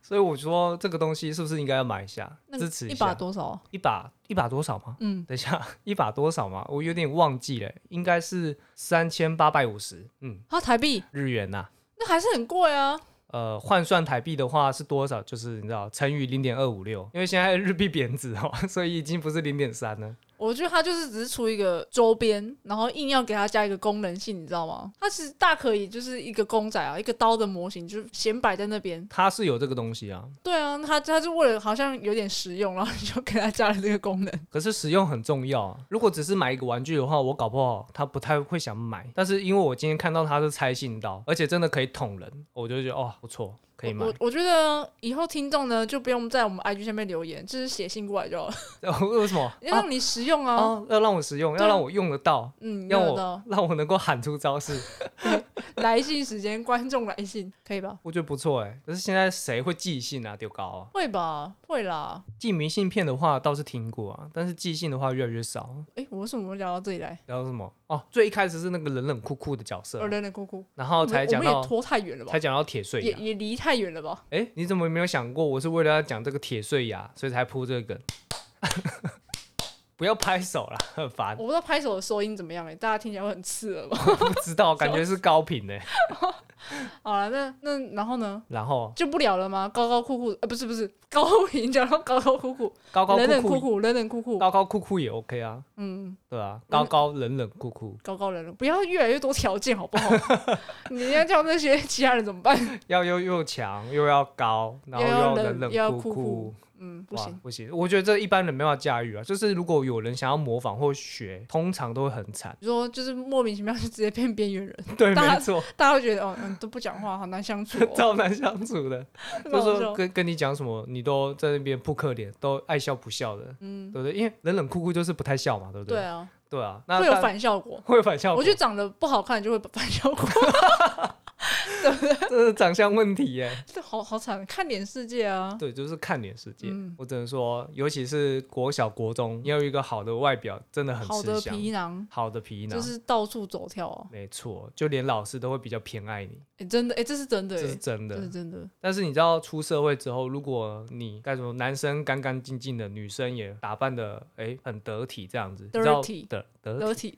Speaker 2: 所以我说这个东西是不是应该要买一下，
Speaker 1: 那
Speaker 2: 支持
Speaker 1: 一把
Speaker 2: 下？
Speaker 1: 多少啊？
Speaker 2: 一把一把多少吗？
Speaker 1: 嗯，
Speaker 2: 等一下，一把多少嘛？我有点忘记了，应该是三千八百五十，嗯，
Speaker 1: 啊，台币
Speaker 2: 日元呐、
Speaker 1: 那还是很贵啊。
Speaker 2: 呃，换算台币的话是多少？就是你知道乘以零点二五六，因为现在日币贬值哦， 所以已经不是零点三了。
Speaker 1: 我觉得它就是只是出一个周边，然后硬要给它加一个功能性，你知道吗？它其实大可以就是一个公仔啊，一个刀的模型，就是闲摆在那边。
Speaker 2: 它是有这个东西啊，
Speaker 1: 对啊，它它就为了好像有点实用，然后你就给它加了这个功能。
Speaker 2: 可是使用很重要啊。如果只是买一个玩具的话，我搞不好他不太会想买。但是因为我今天看到它是拆信刀，而且真的可以捅人，我就觉得哦不错，可以买
Speaker 1: 我。我我觉得以后听众呢就不用在我们 IG 下面留言，就是写信过来就好了，
Speaker 2: 为什么？
Speaker 1: 要让你实用啊。
Speaker 2: 哦，要让我使用，
Speaker 1: 对
Speaker 2: 要
Speaker 1: 啊
Speaker 2: 让我用得到，
Speaker 1: 嗯，
Speaker 2: 让
Speaker 1: 用得
Speaker 2: 我
Speaker 1: 到。
Speaker 2: 让我能够喊出招式，
Speaker 1: 来信时间，观众来信可以吧？
Speaker 2: 我觉得不错哎。可是现在谁会寄信啊？丢高啊！
Speaker 1: 会吧？会啦。
Speaker 2: 寄明信片的话倒是听过啊，但是寄信的话越来越少。
Speaker 1: 诶，我为什么会聊到这里来？
Speaker 2: 然后什么？哦，最一开始是那个冷冷酷酷的角色
Speaker 1: 哦二，冷冷酷酷，
Speaker 2: 然后啊哦才
Speaker 1: 我
Speaker 2: 讲
Speaker 1: 们我们
Speaker 2: 到
Speaker 1: 也拖太远了吧
Speaker 2: 才？讲到铁碎
Speaker 1: 也
Speaker 2: 牙。
Speaker 1: 也离太远了吧？
Speaker 2: 哎、你怎么没有想过，我是为了要讲这个铁碎牙，所以才铺这个梗？ 不要拍手啦，很烦。
Speaker 1: 我不知道拍手的收音怎么样诶，欸大家听起来会很刺耳吧？
Speaker 2: 我不知道，感觉是高频呢、
Speaker 1: 好了，那那然后呢？
Speaker 2: 然后
Speaker 1: 就不聊了吗？高高酷酷，呃，不是不是，高频讲到高高酷酷，
Speaker 2: 高高
Speaker 1: 冷冷
Speaker 2: 酷
Speaker 1: 酷
Speaker 2: 酷，
Speaker 1: 酷，冷冷酷酷，
Speaker 2: 高高酷酷也 OK 啊，
Speaker 1: 嗯，
Speaker 2: 对啊，高高冷冷酷酷，
Speaker 1: 高高冷冷，不要越来越多条件好 不好？你要叫那些其他人怎么办？
Speaker 2: 要又又强又要高，然后
Speaker 1: 又
Speaker 2: 又
Speaker 1: 要
Speaker 2: 要
Speaker 1: 冷
Speaker 2: 冷
Speaker 1: 又要
Speaker 2: 冷
Speaker 1: 酷
Speaker 2: 酷
Speaker 1: 酷
Speaker 2: 酷。
Speaker 1: 嗯，不
Speaker 2: 哇
Speaker 1: 行，
Speaker 2: 不行，我觉得这一般人没办法驾驭啊。就是如果有人想要模仿或学，通常都会很惨。
Speaker 1: 你说就是莫名其妙就直接变边缘人，
Speaker 2: 对，
Speaker 1: 大家
Speaker 2: 没错，
Speaker 1: 大家会觉得哦，嗯，都不讲话，好难相处、 哦。
Speaker 2: 超难相处 的。就
Speaker 1: 那我
Speaker 2: 说跟跟你讲什么，你都在那边扑克脸，都爱笑不笑的，
Speaker 1: 嗯，
Speaker 2: 对不对？因为冷冷酷酷就是不太笑嘛，对不
Speaker 1: 对
Speaker 2: 对
Speaker 1: 啊，
Speaker 2: 对啊，那
Speaker 1: 会有
Speaker 2: 但
Speaker 1: 反效果。
Speaker 2: 会有反效
Speaker 1: 我
Speaker 2: 果
Speaker 1: 觉，得长得不好看就会反效果，
Speaker 2: 这是长相问题 耶。
Speaker 1: 这好好惨，看脸世界啊。
Speaker 2: 对，就是看脸世界
Speaker 1: 嗯。
Speaker 2: 我只能说，尤其是国小国中，要有一个好的外表，真的很
Speaker 1: 好
Speaker 2: 吃
Speaker 1: 的
Speaker 2: 香。
Speaker 1: 皮囊
Speaker 2: 好的皮囊
Speaker 1: 就，是到处走跳啊，
Speaker 2: 没错，就连老师都会比较偏爱你，
Speaker 1: 诶，真的，诶，这是真的、
Speaker 2: 这是
Speaker 1: 诶，
Speaker 2: 真
Speaker 1: 这是
Speaker 2: 的。
Speaker 1: 真的。
Speaker 2: 但是你知道，出社会之后，如果你该怎么，男生干干净净的，女生也打扮的哎、很得体，这样子，你知道
Speaker 1: Dirty
Speaker 2: 得得
Speaker 1: 得体，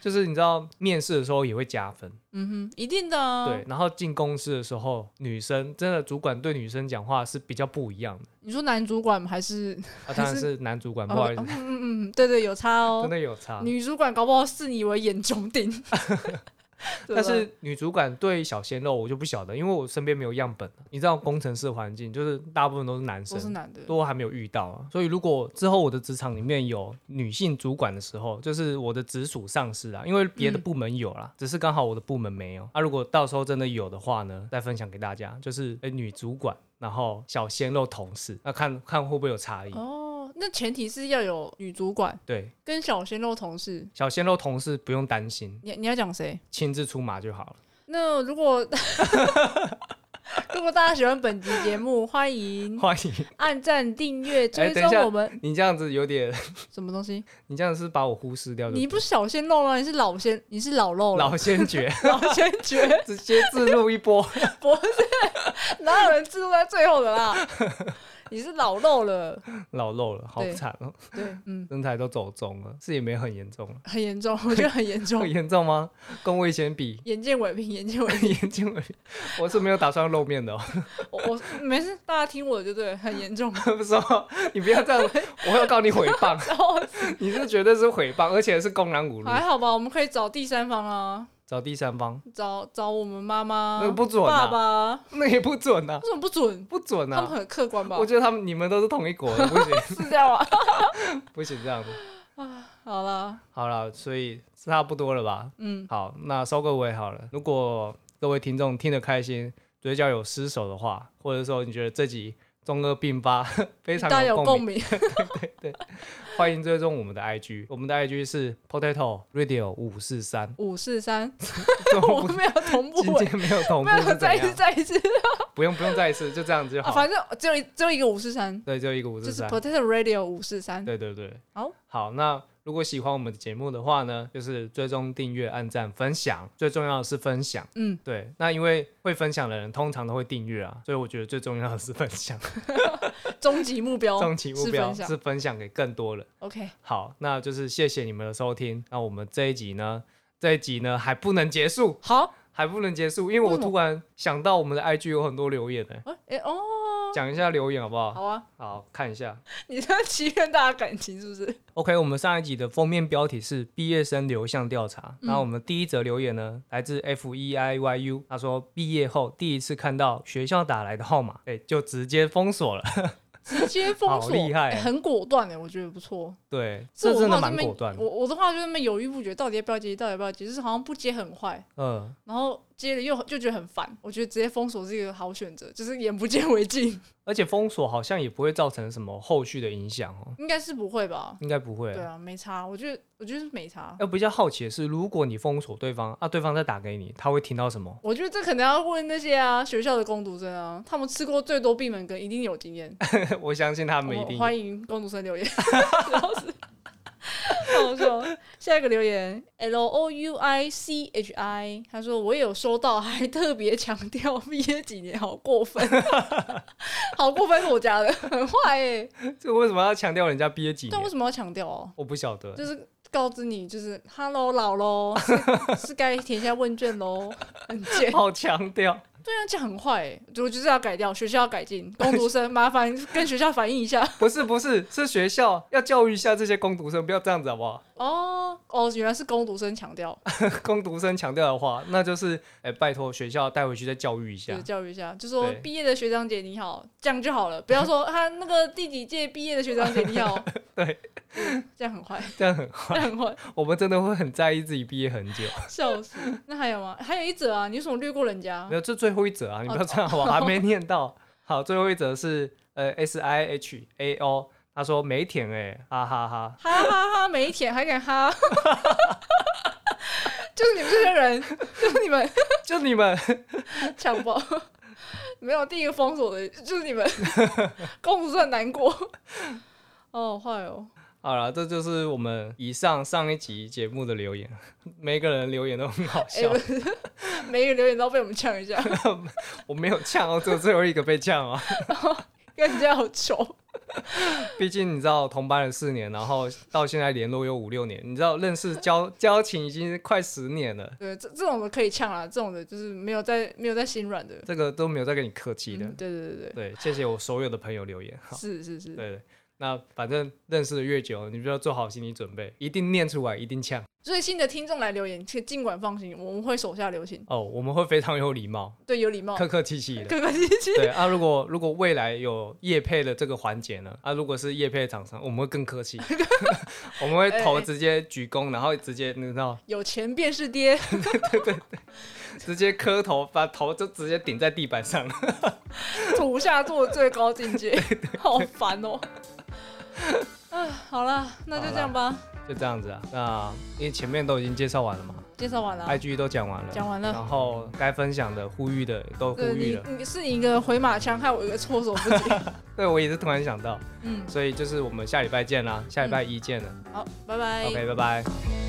Speaker 2: 就是你知道面试的时候也会加分，
Speaker 1: 嗯哼，一定的啊。
Speaker 2: 对。，然后进公司的时候，女生真的主管对女生讲话是比较不一样的，
Speaker 1: 你说男主管还是
Speaker 2: 啊，当然是男主管，不
Speaker 1: 哦
Speaker 2: 好意思
Speaker 1: 嗯，嗯嗯，对对，有差
Speaker 2: 真啊
Speaker 1: 哦。
Speaker 2: 的有差。
Speaker 1: 女主管搞不好视你为眼中钉，对
Speaker 2: 但
Speaker 1: 吧
Speaker 2: 是女主管对小鲜肉我就不晓得，因为我身边没有样本。你知道工程师的环境就是大部分都是男
Speaker 1: 都是
Speaker 2: 生，
Speaker 1: 男的，
Speaker 2: 都还没有遇到啊。所以如果之后我的职场里面有女性主管的时候，就是我的直属上司啊，因为别的
Speaker 1: 嗯
Speaker 2: 部门有啦，只是刚好我的部门没有。啊，如果到时候真的有的话呢，再分享给大家，就是诶女主管，然后小鲜肉同事，那看看会不会有差异。
Speaker 1: 哦，那前提是要有女主管
Speaker 2: 对，
Speaker 1: 跟小鲜肉同事。
Speaker 2: 小鲜肉同事不用担心，
Speaker 1: 你你要讲谁？
Speaker 2: 亲自出马就好了。
Speaker 1: 那如果如果大家喜欢本集节目，欢迎
Speaker 2: 欢迎
Speaker 1: 按赞、订阅、追
Speaker 2: 哎等
Speaker 1: 踪
Speaker 2: 一下
Speaker 1: 我们、
Speaker 2: 你这样子有点，
Speaker 1: 什么东西？
Speaker 2: 你这样是把我忽视掉就
Speaker 1: 你不是小鲜肉了，你是老鲜，你是老肉了，
Speaker 2: 老先觉，
Speaker 1: 老鲜绝，
Speaker 2: 直接自录一波。
Speaker 1: 不是， 哪有人记录在最后的啦？ 你是老肉了，
Speaker 2: 老肉了，好
Speaker 1: 对
Speaker 2: 惨哦，
Speaker 1: 对，嗯，
Speaker 2: 身材都走中了，是也没很严重了，
Speaker 1: 很严 重，我觉得很严重，
Speaker 2: 很，严重吗？跟我以前比
Speaker 1: 眼见为凭，眼见为凭。
Speaker 2: 眼睛而已，我是没有打算露面的、哦，
Speaker 1: 我我没事，大家听我的就对了，很严重。
Speaker 2: 不是哦，你不要这样， 我要告你诽谤，
Speaker 1: 然后
Speaker 2: 你这绝对是诽谤，而且是公然侮辱，
Speaker 1: 还好吧，我们可以找第三方啊，
Speaker 2: 找第三方，
Speaker 1: 找找我们妈妈、
Speaker 2: 那个不准
Speaker 1: 爸
Speaker 2: 啊
Speaker 1: 爸，
Speaker 2: 那也不准啊，
Speaker 1: 为什么不准？
Speaker 2: 不准
Speaker 1: 他们
Speaker 2: 啊，
Speaker 1: 很客观吧
Speaker 2: 我？觉得他们你们都是同 一国的，不行
Speaker 1: 是这样吗？
Speaker 2: 不行这样子，
Speaker 1: 好啦，
Speaker 2: 好了，所以差不多了吧，
Speaker 1: 嗯，
Speaker 2: 好，那收个尾好了。如果各位听众听得开心，嘴角有失手的话，或者说你觉得这集中二病发 非常
Speaker 1: 大家
Speaker 2: 有
Speaker 1: 有
Speaker 2: 共
Speaker 1: 共
Speaker 2: 鸣，
Speaker 1: 鸣，。
Speaker 2: 欢迎追踪我们的 IG，我们的 IG 是 Potato Radio 五四三
Speaker 1: 五四 三，
Speaker 2: 这
Speaker 1: 我
Speaker 2: 么
Speaker 1: 们没有同步
Speaker 2: 不
Speaker 1: 欸，
Speaker 2: 今天没有同步
Speaker 1: 没有
Speaker 2: 是
Speaker 1: 再
Speaker 2: 怎
Speaker 1: 一次
Speaker 2: 样？
Speaker 1: 再一次，
Speaker 2: 不用不用再一次，就这样子就
Speaker 1: 啊
Speaker 2: 好。
Speaker 1: 反正只有一只有一个五四三，
Speaker 2: 对，就一个五
Speaker 1: 就
Speaker 2: 四
Speaker 1: 是
Speaker 2: 三。
Speaker 1: Potato Radio 五四三，
Speaker 2: 对对对，
Speaker 1: 好，
Speaker 2: 好，那如果喜欢我们的节目的话呢，就是追踪、订阅、按赞、分享，最重要的是分享。
Speaker 1: 嗯，
Speaker 2: 对，那因为会分享的人通常都会订阅啊，所以我觉得最重要的是分享，
Speaker 1: 终极目标
Speaker 2: 终极目
Speaker 1: 哦
Speaker 2: 标
Speaker 1: 是分享
Speaker 2: 是分享给更多人。
Speaker 1: ，OK，
Speaker 2: 好，那就是谢谢你们的收听。那我们这一集呢，这一集呢还不能结束，
Speaker 1: 好，
Speaker 2: 还不能结束，因为
Speaker 1: 为
Speaker 2: 我
Speaker 1: 什么
Speaker 2: 突然想到我们的 IG 有很多留言呢、
Speaker 1: 哎、诶哦，
Speaker 2: 讲一下留言好不啊好？
Speaker 1: 好啊，
Speaker 2: 好看一下。
Speaker 1: 你在欺骗大家感情是 不是？
Speaker 2: OK，我们上一集的封面标题是毕业生流向调查。
Speaker 1: 嗯
Speaker 2: 那、我们第一则留言呢，来自 F E I Y U，他说毕业后第一次看到学校打来的号码，哎、就直接封锁了。
Speaker 1: 直接封
Speaker 2: 好
Speaker 1: 锁，
Speaker 2: 厉害
Speaker 1: 诶很果断的、我觉得不错。
Speaker 2: 对，
Speaker 1: 是
Speaker 2: 这
Speaker 1: 我
Speaker 2: 真的
Speaker 1: 话
Speaker 2: 蛮
Speaker 1: 就那么
Speaker 2: 果断的
Speaker 1: 我。我的话就那么犹豫不决，到底要不要接，到底要不要接，就是好像不接很坏，
Speaker 2: 嗯，
Speaker 1: 然后接了又就觉得很烦。我觉得直接封锁是一个好选择，就是眼不见为净，
Speaker 2: 而且封锁好像也不会造成什么后续的影响哦，
Speaker 1: 应该是不会吧？
Speaker 2: 应该不会。哎
Speaker 1: 对啊，没差，我觉得我觉得是没差。
Speaker 2: 要比较好奇的是，如果你封锁对方，啊，对方再打给你，他会听到什么？
Speaker 1: 我觉得这可能要问那些啊学校的攻读生啊，他们吃过最多闭门羹，一定有经验。
Speaker 2: 我相信他们一
Speaker 1: 我
Speaker 2: 定
Speaker 1: 哦欢迎攻读生留言， 然后是太好笑了。下一个留言 L O U I C H I，他说我也有收到，还特别强调毕业几年，好过分， 好过分是我家的， 很坏哎、
Speaker 2: 这为什么要强调人家毕业几
Speaker 1: 但为
Speaker 2: 年？
Speaker 1: 什么要强调哦？
Speaker 2: 我不晓得。
Speaker 1: 就是告知你，就是 Hello 老喽，是 是该填一下问卷喽，很贱。
Speaker 2: 好强调，
Speaker 1: 对啊，这样很坏哎、我就是要改掉，学校要改进，工读生麻烦跟学校反映一下。
Speaker 2: 不是不是，是学校要教育一下这些工读生，不要这样子好不好？
Speaker 1: 哦哦，原来是工读生强调，
Speaker 2: 工读生强调的话，那就是哎、拜托学校带回去再教育一
Speaker 1: 就
Speaker 2: 下
Speaker 1: 是。教育一下，就说
Speaker 2: 对
Speaker 1: 毕业的学长姐你好，这样就好了，不要说他那个第几届毕业的学长姐你好，
Speaker 2: 对
Speaker 1: 嗯，这样很 坏，
Speaker 2: 这样很，
Speaker 1: 这样很坏，
Speaker 2: 我们真的会很在意自己毕业很久。
Speaker 1: 笑死。那还有吗？还有一则啊，你为什么略过人家
Speaker 2: 没？有，这最后一则啊，你不要这样好不好？
Speaker 1: 哦
Speaker 2: 还没念到。好，最后一则是呃 S I H A O，他说没舔哎、哈哈哈。
Speaker 1: 哈哈哈，没舔还敢哈， 就是你们这些人，就是你们
Speaker 2: 就你们
Speaker 1: 强暴。 没有第一个封锁的就是你们，公主很难过。哦，坏哦，
Speaker 2: 好了，这就是我们以上上一集节目的留言，每个人留言都很好
Speaker 1: 哎、
Speaker 2: 笑
Speaker 1: 不。是每一个留言都被我们呛一下，
Speaker 2: 我没有呛哦，只有最后一个被呛啊。
Speaker 1: 跟人家好丑。
Speaker 2: 毕竟你知道同班了四年，然后到现在联络有五六年，你知道认识交交情已经快十年了，
Speaker 1: 对，这这种的可以呛啦，这种的就是没有在没有在心软的。
Speaker 2: 这个都没有再跟你客气的。
Speaker 1: 嗯对对对对，
Speaker 2: 对，谢谢我所有的朋友留言。好，
Speaker 1: 是是是。
Speaker 2: 对，那反正认识的越久，你就要做好心理准备，一定念出来，一定呛。
Speaker 1: 所以新的听众来留言，请尽管放心，我们会手下留情，
Speaker 2: 哦，我们会非常有礼貌，
Speaker 1: 对，有礼貌，
Speaker 2: 客客气气的。
Speaker 1: 客客气气。
Speaker 2: 对啊，如果如果未来有业配的这个环节呢，啊，如果是业配的厂商，我们会更客气， 我们会头直接鞠躬，然后直接你知道，
Speaker 1: 有钱便是爹，
Speaker 2: 直接磕头，把头就直接顶在地板上。
Speaker 1: 土下做最高境界，好烦哦、啊，好了，那就这样吧，
Speaker 2: 就这样子啊。那因为前面都已经介绍完了嘛、
Speaker 1: 介绍完了
Speaker 2: i。g 都讲完了，
Speaker 1: 啊讲完了
Speaker 2: 然后该分享的、呼吁的也都呼
Speaker 1: 对
Speaker 2: 吁
Speaker 1: 你
Speaker 2: 了。，
Speaker 1: 你是你一个回马枪，害我一个措手不 及。
Speaker 2: 对我也是突然想到，
Speaker 1: 嗯，
Speaker 2: 所以就是我们下礼拜见啦，下礼拜一见了。
Speaker 1: 好，拜拜。
Speaker 2: OK，拜
Speaker 1: 拜
Speaker 2: 拜。
Speaker 1: 拜。